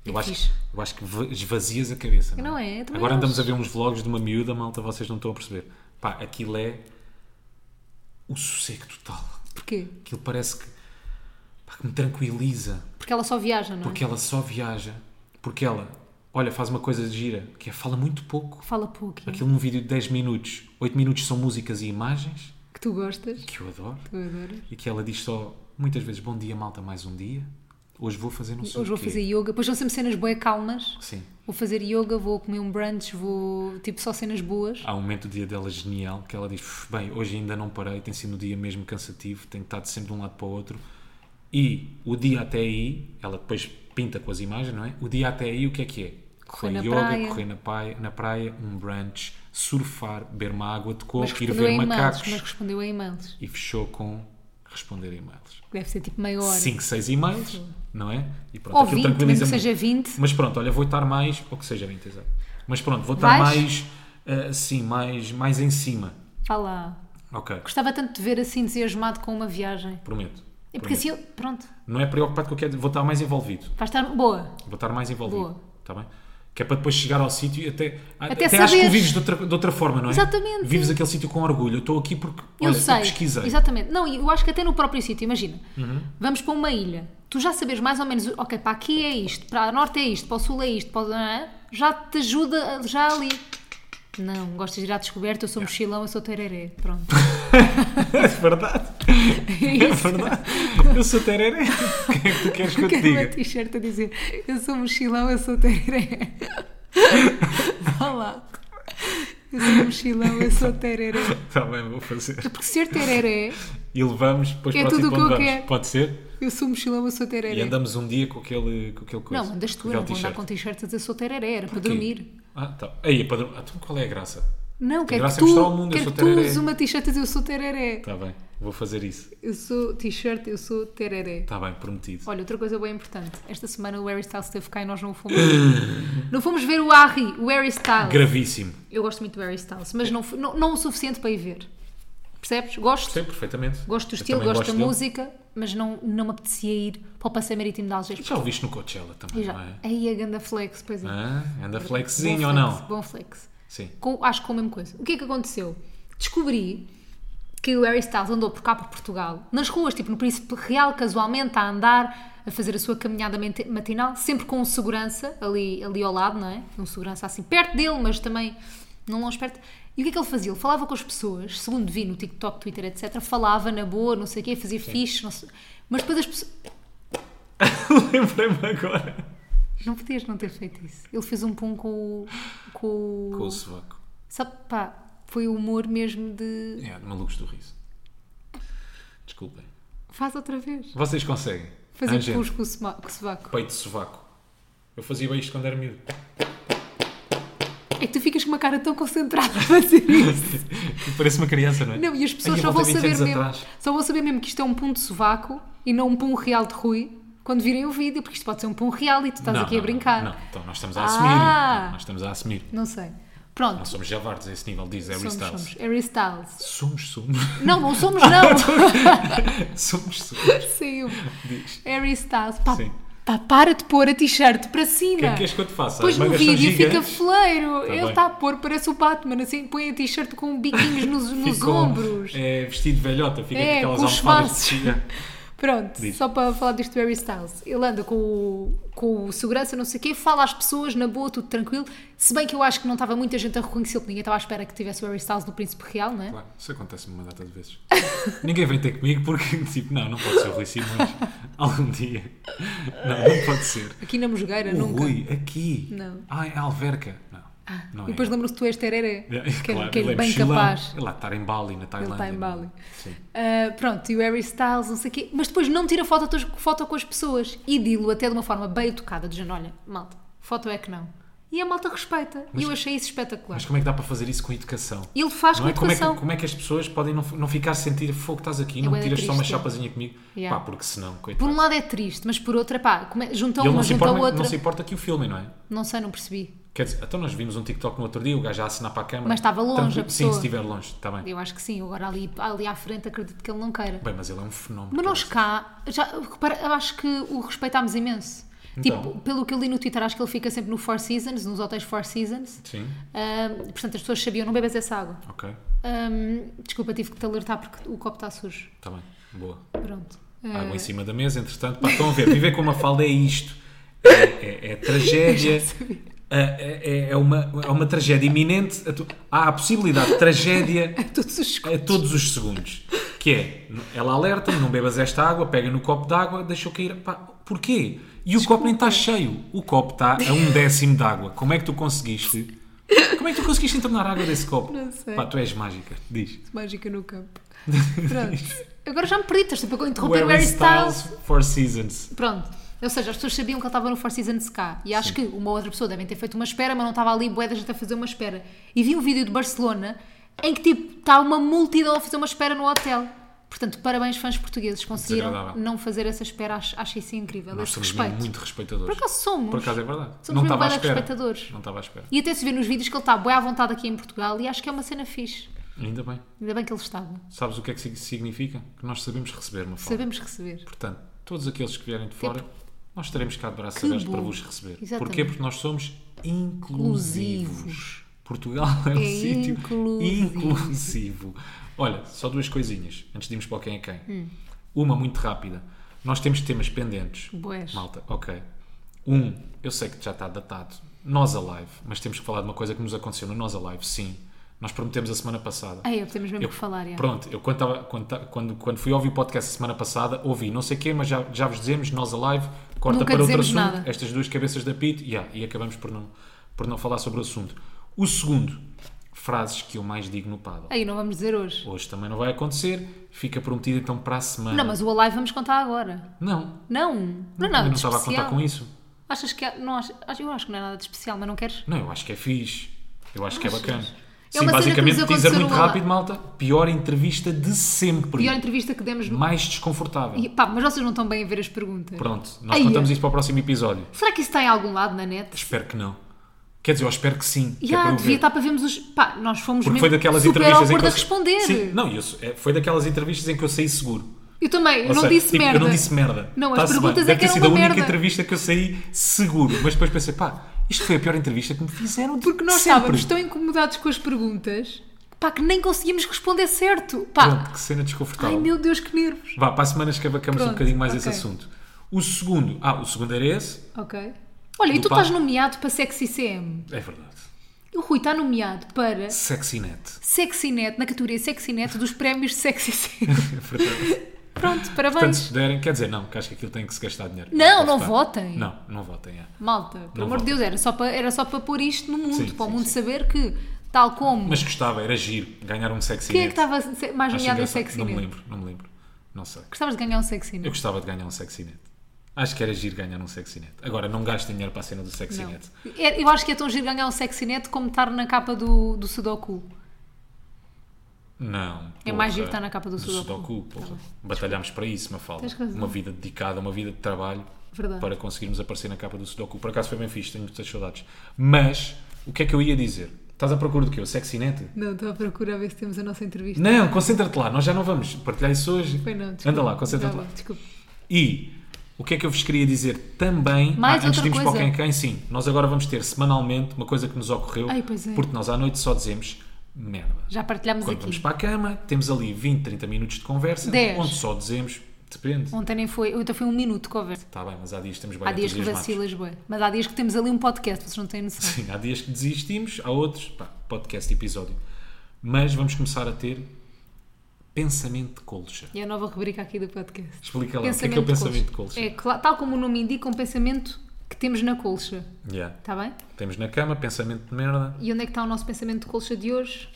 A: Eu,
B: É
A: acho,
B: fixe.
A: eu acho que va- esvazias a cabeça.
B: Não é? Eu também
A: Agora andamos
B: acho.
A: a ver uns vlogs de uma miúda, malta, vocês não estão a perceber. Pá, aquilo é o sossego total.
B: Porquê?
A: Aquilo parece que, pá, que me tranquiliza.
B: Porque ela só viaja, não é?
A: Porque ela só viaja. Porque ela, olha, faz uma coisa gira, que é fala muito pouco.
B: Fala pouco. é?
A: Aquilo num vídeo de 10 minutos, 8 minutos são músicas e imagens,
B: Que tu gostas.
A: que eu adoro.
B: Tu adoras.
A: E que ela diz só, muitas vezes, bom dia, malta, mais um dia. Hoje vou fazer não sei
B: Hoje
A: o
B: vou
A: quê.
B: fazer yoga. Depois são sempre cenas bué calmas.
A: Sim.
B: Vou fazer yoga, vou comer um brunch, vou... Tipo, só cenas boas.
A: Há um momento do dia dela genial que ela diz: "Uf, Bem, hoje ainda não parei, tem sido um dia mesmo cansativo, tenho estado sempre de um lado para o outro. E o dia até aí, ela depois pinta com as imagens, não é? O dia até aí, o que é que é?
B: Correr na
A: Foi yoga,
B: praia.
A: correr na praia, na praia, um brunch, surfar, beber uma água de
B: Mas
A: coco, ir
B: respondeu a
A: ver
B: e-mails.
A: macacos.
B: Mas respondeu a e-mails.
A: E fechou com responder e-mails.
B: Deve ser tipo meia hora.
A: 5, 6 e-mails, não é? E pronto,
B: Ou
A: aquilo
B: 20, mesmo que
A: tranquiliza-me.
B: seja 20.
A: Mas pronto, olha, vou estar mais, ou que seja 20, exato. Mas pronto, vou estar
B: Vais?
A: mais, ah, sim, mais, mais em cima.
B: Vá lá.
A: Ok,
B: Gostava tanto de te ver assim entusiasmado com uma viagem.
A: prometo.
B: É porque
A: Prometo.
B: assim, eu, pronto,
A: Não é preocupado com o que é, vou estar mais envolvido.
B: vai estar boa.
A: Vou estar mais envolvido.
B: Boa.
A: Está bem? Que é para depois chegar ao sítio e até, até,
B: Até
A: acho que o
B: saberes.
A: vives de outra, de outra forma, não é?
B: Exatamente.
A: Vives aquele sítio com orgulho. Eu estou aqui porque,
B: Eu
A: olha,
B: sei.
A: eu pesquisei.
B: Exatamente. Não, e eu acho que até no próprio sítio, imagina. Vamos para uma ilha. Tu já sabes mais ou menos, ok, para aqui é isto, para a norte é isto, para o sul é isto, para o... ah, já te ajuda a- já ali. Não, gostas de ir à descoberta, eu sou mochilão, eu sou tereré. Pronto.
A: É verdade. É,
B: isso.
A: verdade. Eu sou tereré. O que é que tu queres que eu te
B: Quero uma
A: diga?
B: t-shirt a dizer, eu sou mochilão, eu sou tereré. Vá lá. Eu sou mochilão, eu sou tereré.
A: Está Tá bem, vou fazer.
B: Porque ser tereré,
A: E levamos, depois
B: É
A: para o
B: tudo
A: sítio
B: o que
A: onde
B: eu
A: vamos.
B: quero.
A: Pode ser?
B: eu sou mochilão, eu sou tereré.
A: E andamos um dia com aquele, com aquele coisa.
B: Não, andas tu,
A: com
B: eu não vou
A: aquele
B: andar
A: t-shirt.
B: com t-shirt a dizer sou tereré, era para
A: Porquê?
B: dormir.
A: Ah, tá. Aí, é para dormir. Ah, Então qual é a graça?
B: Não, quero que
A: graça é mostrar ao
B: tu,
A: mundo, eu
B: quero
A: sou
B: que tu
A: tereré. Tá.
B: uses uma t-shirt a dizer eu sou tereré.
A: Está bem, vou fazer isso.
B: Eu sou t-shirt, eu sou tereré.
A: Está bem, prometido.
B: Olha, outra coisa bem importante. Esta semana o Harry Styles esteve cá e nós não fomos. não fomos ver o Harry, o Harry Styles.
A: Gravíssimo.
B: Eu gosto muito do Harry Styles, mas não, fu- não, não o suficiente para ir ver. Percebes? Gosto.
A: Percebo perfeitamente.
B: Gosto do
A: Eu
B: estilo,
A: também
B: gosto, da
A: dele.
B: música, mas não, não me apetecia ir para o passeio marítimo de Algés.
A: Já o viste no Coachella
B: E
A: também, não
B: já.
A: é?
B: Aí a ganda flex, pois é.
A: Ah, anda
B: Bom
A: flexinho ou
B: flex,
A: não?
B: Bom flex.
A: Sim.
B: com- acho que com a mesma coisa. O que é que aconteceu? Descobri que o Harry Styles andou por cá por Portugal, nas ruas, tipo no Príncipe Real, casualmente, a andar, a fazer a sua caminhada mente- matinal, sempre com um segurança ali, ali ao lado, não é? Um segurança assim, perto dele, mas também não longe perto. E o que é que ele fazia? Ele falava com as pessoas, segundo vi no TikTok, Twitter, etc. Falava na boa, não sei o quê, fazia fixe, não sei... Mas depois as pessoas...
A: Lembrei-me agora.
B: Não podias não ter feito isso. Ele fez um pum com o... Com o...
A: Com o sovaco.
B: Sabe, pá, foi o humor mesmo de...
A: É, de malucos do riso. Desculpem.
B: Faz outra vez.
A: Vocês conseguem.
B: Fazer
A: Angel,
B: pus com o, soma- com o sovaco.
A: Peito de sovaco. Eu fazia bem isto quando era miúdo.
B: É que tu ficas com uma cara tão concentrada a fazer isso.
A: Parece uma criança, não é?
B: Não, e as pessoas
A: Ai, eu
B: só vão
A: voltei 20
B: saber
A: anos
B: mesmo.
A: atrás.
B: Só vão saber mesmo que isto é um pum de sovaco e não um pum real de Rui quando virem o vídeo, porque isto pode ser um pum real e tu estás
A: Não,
B: aqui
A: não,
B: a brincar.
A: Não,
B: Não,
A: não. então nós estamos a assumir.
B: Ah!
A: Nós estamos a assumir.
B: sei. Pronto,
A: Nós somos javardes a esse nível, diz é Harry
B: somos,
A: Styles.
B: somos. Harry Styles.
A: Somos, somos.
B: Não, não somos, não.
A: somos, somos.
B: Saiu.
A: Diz.
B: Harry Styles. Pá,
A: Sim.
B: pá, para de pôr a t-shirt para cima.
A: O que é que queres que eu te faça?
B: Depois
A: As
B: no
A: mangas são
B: um vídeo fica
A: gigantes.
B: fleiro. Ele
A: Tá bem.
B: está a pôr, parece o Batman, assim, põe a t-shirt com biquinhos nos, nos
A: Fica com,
B: ombros.
A: É, vestido de velhota, fica
B: É,
A: com
B: com
A: aquelas
B: os
A: almofadas de
B: faces.
A: tecido.
B: Pronto,
A: Diz.
B: só para falar disto do Harry Styles. Ele anda com o, com o segurança, não sei o quê, fala às pessoas, na boa, tudo tranquilo. Se bem que eu acho que não estava muita gente a reconhecê-lo, ninguém estava à espera que tivesse o Harry Styles no Príncipe Real, não é?
A: Claro, Isso acontece-me uma data de vezes. Ninguém vem ter comigo porque, tipo, não, não pode ser o Rui Simões algum dia. Não, não pode ser.
B: Aqui na Mosgueira,
A: O
B: nunca.
A: Rui, aqui.
B: Não. Ah,
A: Ah, é Alverca. Não, não
B: e depois
A: é.
B: lembram-se do Estereré,
A: É,
B: que, é-
A: claro,
B: que é
A: ele é
B: bem
A: mochilão.
B: capaz.
A: Ele lá está em Bali, na Tailândia.
B: em
A: não é?
B: Bali.
A: Sim.
B: Ah, pronto, e o Harry Styles, não sei o quê, mas depois não tira foto, tos- foto com as pessoas e dilo até de uma forma bem educada, dizendo: olha, malta, foto é que não. E a malta respeita, e eu achei isso espetacular.
A: Mas como é que dá para fazer isso com educação?
B: Ele faz
A: Não
B: com
A: é? Como, é que,
B: educação. É
A: como é que as pessoas podem não, não ficar a sentir fogo que estás aqui? Não
B: bué
A: me tiras só uma
B: triste.
A: chapazinha comigo?
B: Yeah.
A: Pá, porque senão,
B: Por
A: coitado.
B: um lado é triste, mas por outro, pá, come... junta
A: E ele
B: uma,
A: não se,
B: junta
A: importa,
B: Então, outra.
A: não se importa que o filme, não é?
B: Não sei, não percebi.
A: Quer dizer, então nós vimos um TikTok no outro dia, o gajo a assinar para a câmara.
B: Mas estava longe a
A: Sim, se
B: pessoa.
A: estiver longe, está bem.
B: Eu acho que sim, agora ali, ali à frente acredito que ele não queira.
A: Bem, mas ele é um fenómeno.
B: Mas nós
A: cara.
B: cá, já, repara, eu acho que o respeitámos imenso.
A: Então.
B: Tipo, pelo que eu li no Twitter, acho que ele fica sempre no Four Seasons, nos hotéis Four Seasons.
A: Sim,
B: Ahm, portanto, as pessoas sabiam, não bebes essa água.
A: ok.
B: Ahm, desculpa, tive que te alertar porque o copo está sujo.
A: Está bem, boa.
B: Pronto. Ah,
A: Água em cima da mesa, entretanto. Pá, estão a ver, viver com uma falda é isto. É, é- é tragédia. É, é- é uma, é uma tragédia iminente. A tu- Há a possibilidade de tragédia
B: todos os
A: a todos os segundos. Que é, ela alerta-me, não bebas esta água, pega no copo de água, deixa-o cair. Pá, porquê? E o copo nem está cheio. O copo está a um décimo de água. Como é que tu conseguiste? Como é que tu conseguiste entornar a água desse copo?
B: Não sei.
A: Pá, tu és mágica. Diz.
B: mágica é no campo. Pronto. Agora já me perdi, estás tipo a interromper
A: Harry
B: o Harry Styles.
A: Four Seasons.
B: Pronto. Ou seja, as pessoas sabiam que ele estava no Four Seasons cá. E acho que uma outra pessoa devem ter feito uma espera, mas não estava ali bué da gente a fazer uma espera. E vi um vídeo de Barcelona em que tipo, está uma multidão a fazer uma espera no hotel. Portanto, parabéns fãs portugueses. Conseguiram
A: Desagradável.
B: não fazer essa espera. Acho, acho isso incrível.
A: Nós
B: esse
A: somos
B: respeito.
A: muito respeitadores.
B: Por acaso somos.
A: Por acaso é verdade.
B: Somos mesmo
A: estava à
B: bué de
A: espera.
B: respeitadores.
A: Não estava à espera.
B: E até se vê nos vídeos que ele está bué à vontade aqui em Portugal e acho que é uma cena fixe.
A: Ainda bem.
B: Ainda bem que ele estava.
A: Sabes o que é que sig- significa? Que nós sabemos receber uma fala.
B: Sabemos receber.
A: Portanto, todos aqueles que vierem de fora, nós estaremos cá de braços abertos
B: bom.
A: para vos receber.
B: Exatamente.
A: Porquê? Porque nós somos inclusivos.
B: Inclusivos.
A: Portugal é um
B: É
A: sítio
B: inclusivo.
A: inclusivo. Olha, só duas coisinhas, antes de irmos para o quem é quem.
B: Hum.
A: Uma muito rápida. Nós temos temas pendentes.
B: Boés.
A: Malta, ok. Um, eu sei que já está datado. Nós Alive, mas temos que falar de uma coisa que nos aconteceu no Nós Alive, sim. Nós prometemos a semana passada.
B: Ai, eu é, temos mesmo
A: Eu-
B: que falar, já.
A: Pronto, eu quando, tava- quando, ta- quando, quando fui ouvir o podcast a semana passada, ouvi não sei quê, mas já, já vos dizemos, nós a live, corta
B: Nunca
A: para outro
B: dizemos
A: assunto,
B: nada.
A: estas duas cabeças da PIT, yeah, e acabamos por não, por não falar sobre o assunto. O segundo, frases que eu mais digo no paddle.
B: Aí não vamos dizer hoje.
A: Hoje também não vai acontecer, fica prometido então para a semana.
B: Não, mas o Alive vamos contar agora.
A: Não,
B: Não, não é
A: eu
B: nada
A: não
B: de
A: estava a
B: especial.
A: contar com isso.
B: Achas que há- não ach- ach- eu acho que não é nada de especial, mas não queres?
A: Não, eu acho que é fixe. Eu acho que é
B: Achas?
A: bacana.
B: É
A: Sim,
B: uma cena que
A: basicamente,
B: nos
A: teaser
B: aconteceu
A: muito
B: no Alive.
A: rápido, malta. Pior entrevista de sempre.
B: Pior entrevista que demos no.
A: Mais desconfortável.
B: E, Pá, mas vocês não estão bem a ver as perguntas.
A: Pronto, nós
B: Ai,
A: contamos
B: é.
A: isto para o próximo episódio.
B: Será que isso está em algum lado na net?
A: Espero que não. Quer dizer, eu espero que sim. que é
B: Já,
A: para eu ver.
B: devia estar para vermos os. Pá, nós fomos
A: Porque
B: mesmo
A: foi daquelas
B: super
A: entrevistas em
B: awkward
A: que eu...
B: a responder.
A: Sim, não, eu, é, foi daquelas entrevistas em que eu saí seguro.
B: Eu também, eu
A: Ou
B: não
A: seja,
B: disse
A: tipo,
B: merda.
A: Eu não disse merda.
B: Não, as
A: Tá-se bem.
B: perguntas é
A: Deve
B: que
A: ter
B: eram
A: sido a
B: uma
A: única
B: merda.
A: entrevista que eu saí seguro. Mas depois pensei, pá, isto foi a pior entrevista que me fizeram de
B: Porque nós
A: sempre.
B: estávamos tão incomodados com as perguntas pá, que nem conseguíamos responder certo. Pá,
A: Pronto, que cena desconfortável.
B: ai meu Deus, que nervos.
A: Vá, para a semana escavacamos um
B: Pronto,
A: bocadinho mais esse
B: ok.
A: assunto. O segundo, ah, o segundo era esse.
B: Ok. Olha, e
A: Do
B: tu
A: pá.
B: estás nomeado para Sexy CM.
A: É verdade.
B: O Rui está nomeado para
A: Sexinet.
B: Sexinet, na categoria Sexinet dos prémios Sexy CM.
A: É verdade.
B: Pronto,
A: Portanto,
B: parabéns.
A: se derem, quer dizer, não, que acho que aquilo tem que se gastar dinheiro.
B: Não, não
A: Para votar.
B: votem.
A: Não, não votem, é.
B: Malta, pelo
A: Não
B: amor de
A: votem.
B: Deus, era só, para, era só para pôr isto no mundo,
A: Sim,
B: para o
A: sim,
B: mundo
A: sim.
B: saber que, tal como.
A: Mas gostava, era giro, ganhar um sexy
B: quem é
A: net.
B: que estava se- mais
A: Acho
B: nomeado a um
A: engraçado. Não me
B: Sexinet?
A: lembro, não me lembro. Não sei.
B: Gostavas de ganhar um
A: Eu
B: Sexinet?
A: gostava de ganhar um sexy net. Acho que era giro ganhar um sexinete. Agora, não gastem dinheiro para a cena do
B: Não.
A: sexinete.
B: É- eu acho que é tão giro ganhar um sexinete como estar na capa do, do Sudoku.
A: Não.
B: É mais giro estar na capa do Sudoku. Tá
A: porra. Batalhámos para isso, Mafalda.
B: Tens razão.
A: Uma vida dedicada, uma vida de trabalho
B: Verdade.
A: para conseguirmos aparecer na capa do Sudoku. Por acaso foi bem fixe, tenho muitas saudades. Mas, o que é que eu ia dizer? Estás à procura do quê? O sexinete?
B: Não, estou à procura a ver se temos a nossa entrevista.
A: Não, concentra-te lá, nós já não vamos partilhar isso hoje.
B: Foi não, desculpa.
A: Anda lá, concentra-te
B: Tá
A: lá.
B: bom, desculpa.
A: E o que é que eu vos queria dizer também, Ah,
B: Mais
A: antes
B: outra
A: de irmos para o
B: coisa?
A: quem quem, sim, nós agora vamos ter semanalmente uma coisa que nos ocorreu,
B: Ai, pois é.
A: porque nós à noite só dizemos merda.
B: Já partilhámos
A: Quando vamos
B: aqui.
A: para a cama, temos ali 20, 30 minutos de conversa,
B: Dez.
A: onde só dizemos, depende.
B: Ontem nem foi, ontem foi um minuto de conversa.
A: Está bem, mas há dias temos bem
B: Há dias que vacilas, bué. Mas há dias que temos ali um podcast, vocês não têm noção.
A: Sim, há dias que desistimos, há outros, pá, podcast, episódio. Mas vamos começar a ter pensamento de colcha.
B: E é a nova rubrica aqui do podcast.
A: Explica lá, o que é que é o pensamento de colcha?
B: É, cla- tal como o nome indica, um pensamento que temos na colcha.
A: Yeah.
B: Está bem?
A: Temos na cama, pensamento de merda.
B: E onde é que está o nosso pensamento de colcha de hoje?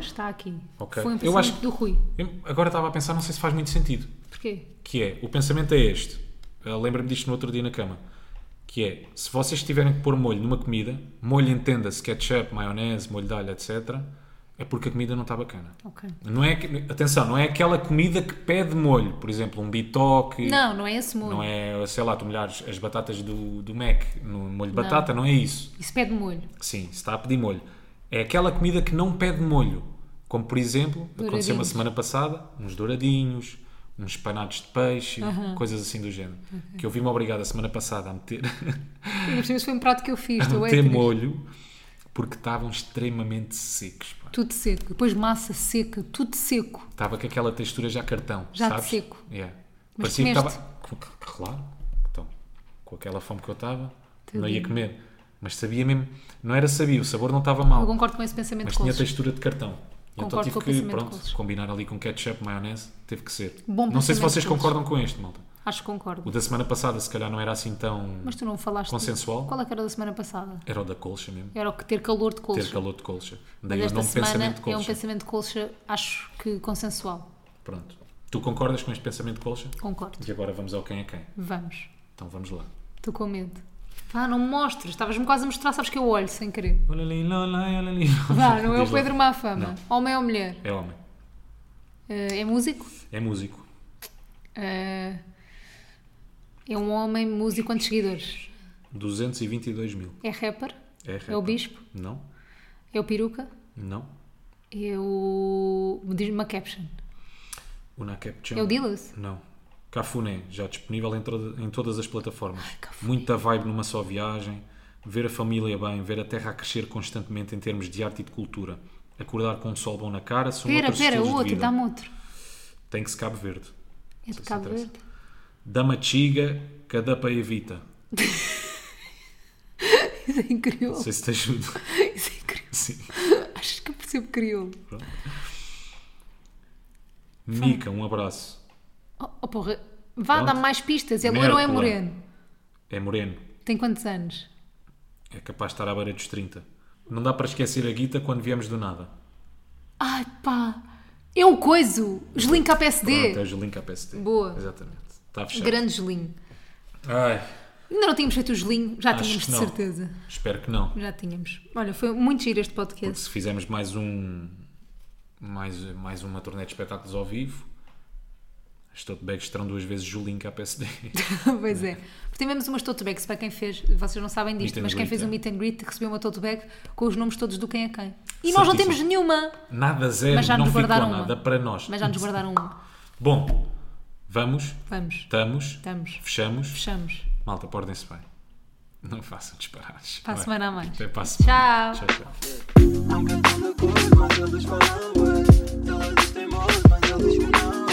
B: Está aqui.
A: Ok.
B: Foi um
A: Eu
B: pensamento
A: acho que-
B: do Rui.
A: Eu agora estava a pensar, não sei se faz muito sentido.
B: Porquê?
A: que é, o pensamento é este, Eu lembro-me disto no outro dia na cama, que é, se vocês tiverem que pôr molho numa comida, molho entenda-se ketchup, maionese, molho de alho, etc, é porque a comida não está bacana.
B: Ok.
A: Não é, que- atenção, não é aquela comida que pede molho, por exemplo, um bitoque,
B: Não, não é esse molho.
A: não é, sei lá, tu molhares as batatas do, do Mac no molho de batata, não é isso.
B: Isso pede molho.
A: Sim, se está a pedir molho. É aquela comida que não pede molho. Como, por exemplo, aconteceu uma
B: Douradinhos.
A: semana passada, uns douradinhos, uns panados de peixe, coisas assim do género. Que eu vi-me obrigado a semana passada a meter,
B: E por cima, isso foi um prato que eu fiz.
A: a
B: estou bem
A: meter
B: triste.
A: molho porque estavam extremamente secos. pá.
B: Tudo seco. Depois massa seca. Tudo seco.
A: Estava com aquela textura já cartão,
B: Já de
A: sabes?
B: seco.
A: Yeah.
B: Mas
A: Parecia que
B: comeste?
A: estava... Claro, então, com aquela fome que eu estava, não ia comer. Mas sabia mesmo, não era sabia, o sabor não estava
B: Eu
A: mau.
B: concordo com esse pensamento
A: Mas
B: de
A: tinha
B: colcha.
A: textura de cartão. E então
B: Concordo
A: tive
B: com o
A: que,
B: pensamento de
A: pronto,
B: Coles.
A: combinar ali com ketchup, maionese, teve que ser.
B: Bom
A: não sei se
B: pensamento de
A: vocês
B: Coles.
A: concordam com este, malta.
B: Acho que concordo.
A: O da semana passada, se calhar, não era assim tão.
B: Mas tu não falaste.
A: Consensual?
B: Qual é que era da semana passada?
A: Era o da colcha mesmo.
B: Era o que ter calor de É colcha.
A: Ter calor de colcha.
B: Mas
A: Daí o
B: esta
A: nome
B: semana
A: pensamento de
B: é
A: colcha.
B: um pensamento de colcha, acho que consensual.
A: Pronto. Tu concordas com este pensamento de colcha?
B: Concordo.
A: E agora vamos ao quem é quem.
B: Vamos.
A: Então vamos lá.
B: Estou com medo. Vá, não me mostres. Estavas-me quase a mostrar, sabes que eu olho sem querer.
A: Olha ali, lola, olha ali.
B: Vá, não é
A: Diz
B: o
A: lá.
B: Pedro Má Fama. Homem ou mulher?
A: É homem.
B: Eh, é músico?
A: É músico.
B: Eh, é um homem músico quantos seguidores?
A: 222 mil.
B: É rapper?
A: É,
B: É o
A: rapper.
B: bispo?
A: Não.
B: É o peruca?
A: Não.
B: É o. Diz-me uma caption.
A: O Nakep
B: É o Dillas?
A: Não. um Cafuné, já disponível em, toda- em todas as plataformas.
B: Cafuné.
A: Muita vibe numa só viagem, ver a família bem, ver a terra a crescer constantemente em termos de arte e de cultura. Acordar com um sol bom na cara, são
B: Pera,
A: outros
B: pera,
A: estilos de
B: outro,
A: vida.
B: dá-me um- outro.
A: Tem que se Cabo Verde.
B: É de
A: se
B: Cabo
A: interessa.
B: Verde.
A: Dama Chiga, Cadapa Evita.
B: Isso é incrível.
A: Não sei se te ajudo.
B: Isso é incrível.
A: Sim.
B: Acho que eu percebo crioulo.
A: Mica, um abraço.
B: Oh, oh, porra, vá
A: Pronto.
B: dar mais pistas. É loiro ou é
A: Mércula.
B: moreno?
A: É moreno.
B: Tem quantos anos?
A: É capaz de estar à beira dos 30. Não dá para esquecer a guita quando viemos do nada.
B: Ai pá, é o coiso. Gelinho KPSD.
A: Pronto, é o Julinho KPST.
B: Boa.
A: Exatamente. Está fechado.
B: Grande gelinho.
A: Ai,
B: Ainda não tínhamos feito o gelinho, já
A: Acho
B: tínhamos
A: que
B: de
A: não.
B: certeza.
A: espero que não.
B: Já tínhamos. Olha, foi muito giro este
A: Porque
B: podcast.
A: se fizermos mais um mais, mais uma turnê de espetáculos ao vivo as tote bags terão duas vezes Julinho KPSD
B: pois é. Porque tivemos umas tote bags para quem fez, vocês não sabem disto,
A: Meet and
B: mas quem
A: greet,
B: fez
A: é.
B: o meet and greet recebeu uma tote bag com os nomes todos do quem é quem. E nós não
A: Certíssimo.
B: temos nenhuma,
A: nada zero,
B: Mas já
A: não
B: nos
A: ficou
B: guardaram
A: nada
B: uma.
A: para nós
B: mas já nos guardaram uma.
A: bom, vamos
B: Vamos,
A: estamos,
B: estamos.
A: fechamos
B: Fechamos.
A: malta, portem-se bem não façam disparados
B: Para a
A: Vai.
B: semana a mais.
A: até para a semana.
B: Tchau.
A: tchau, tchau.
C: Não cantando cor, mas eles falam bué. Elas têm voz, mas eles que não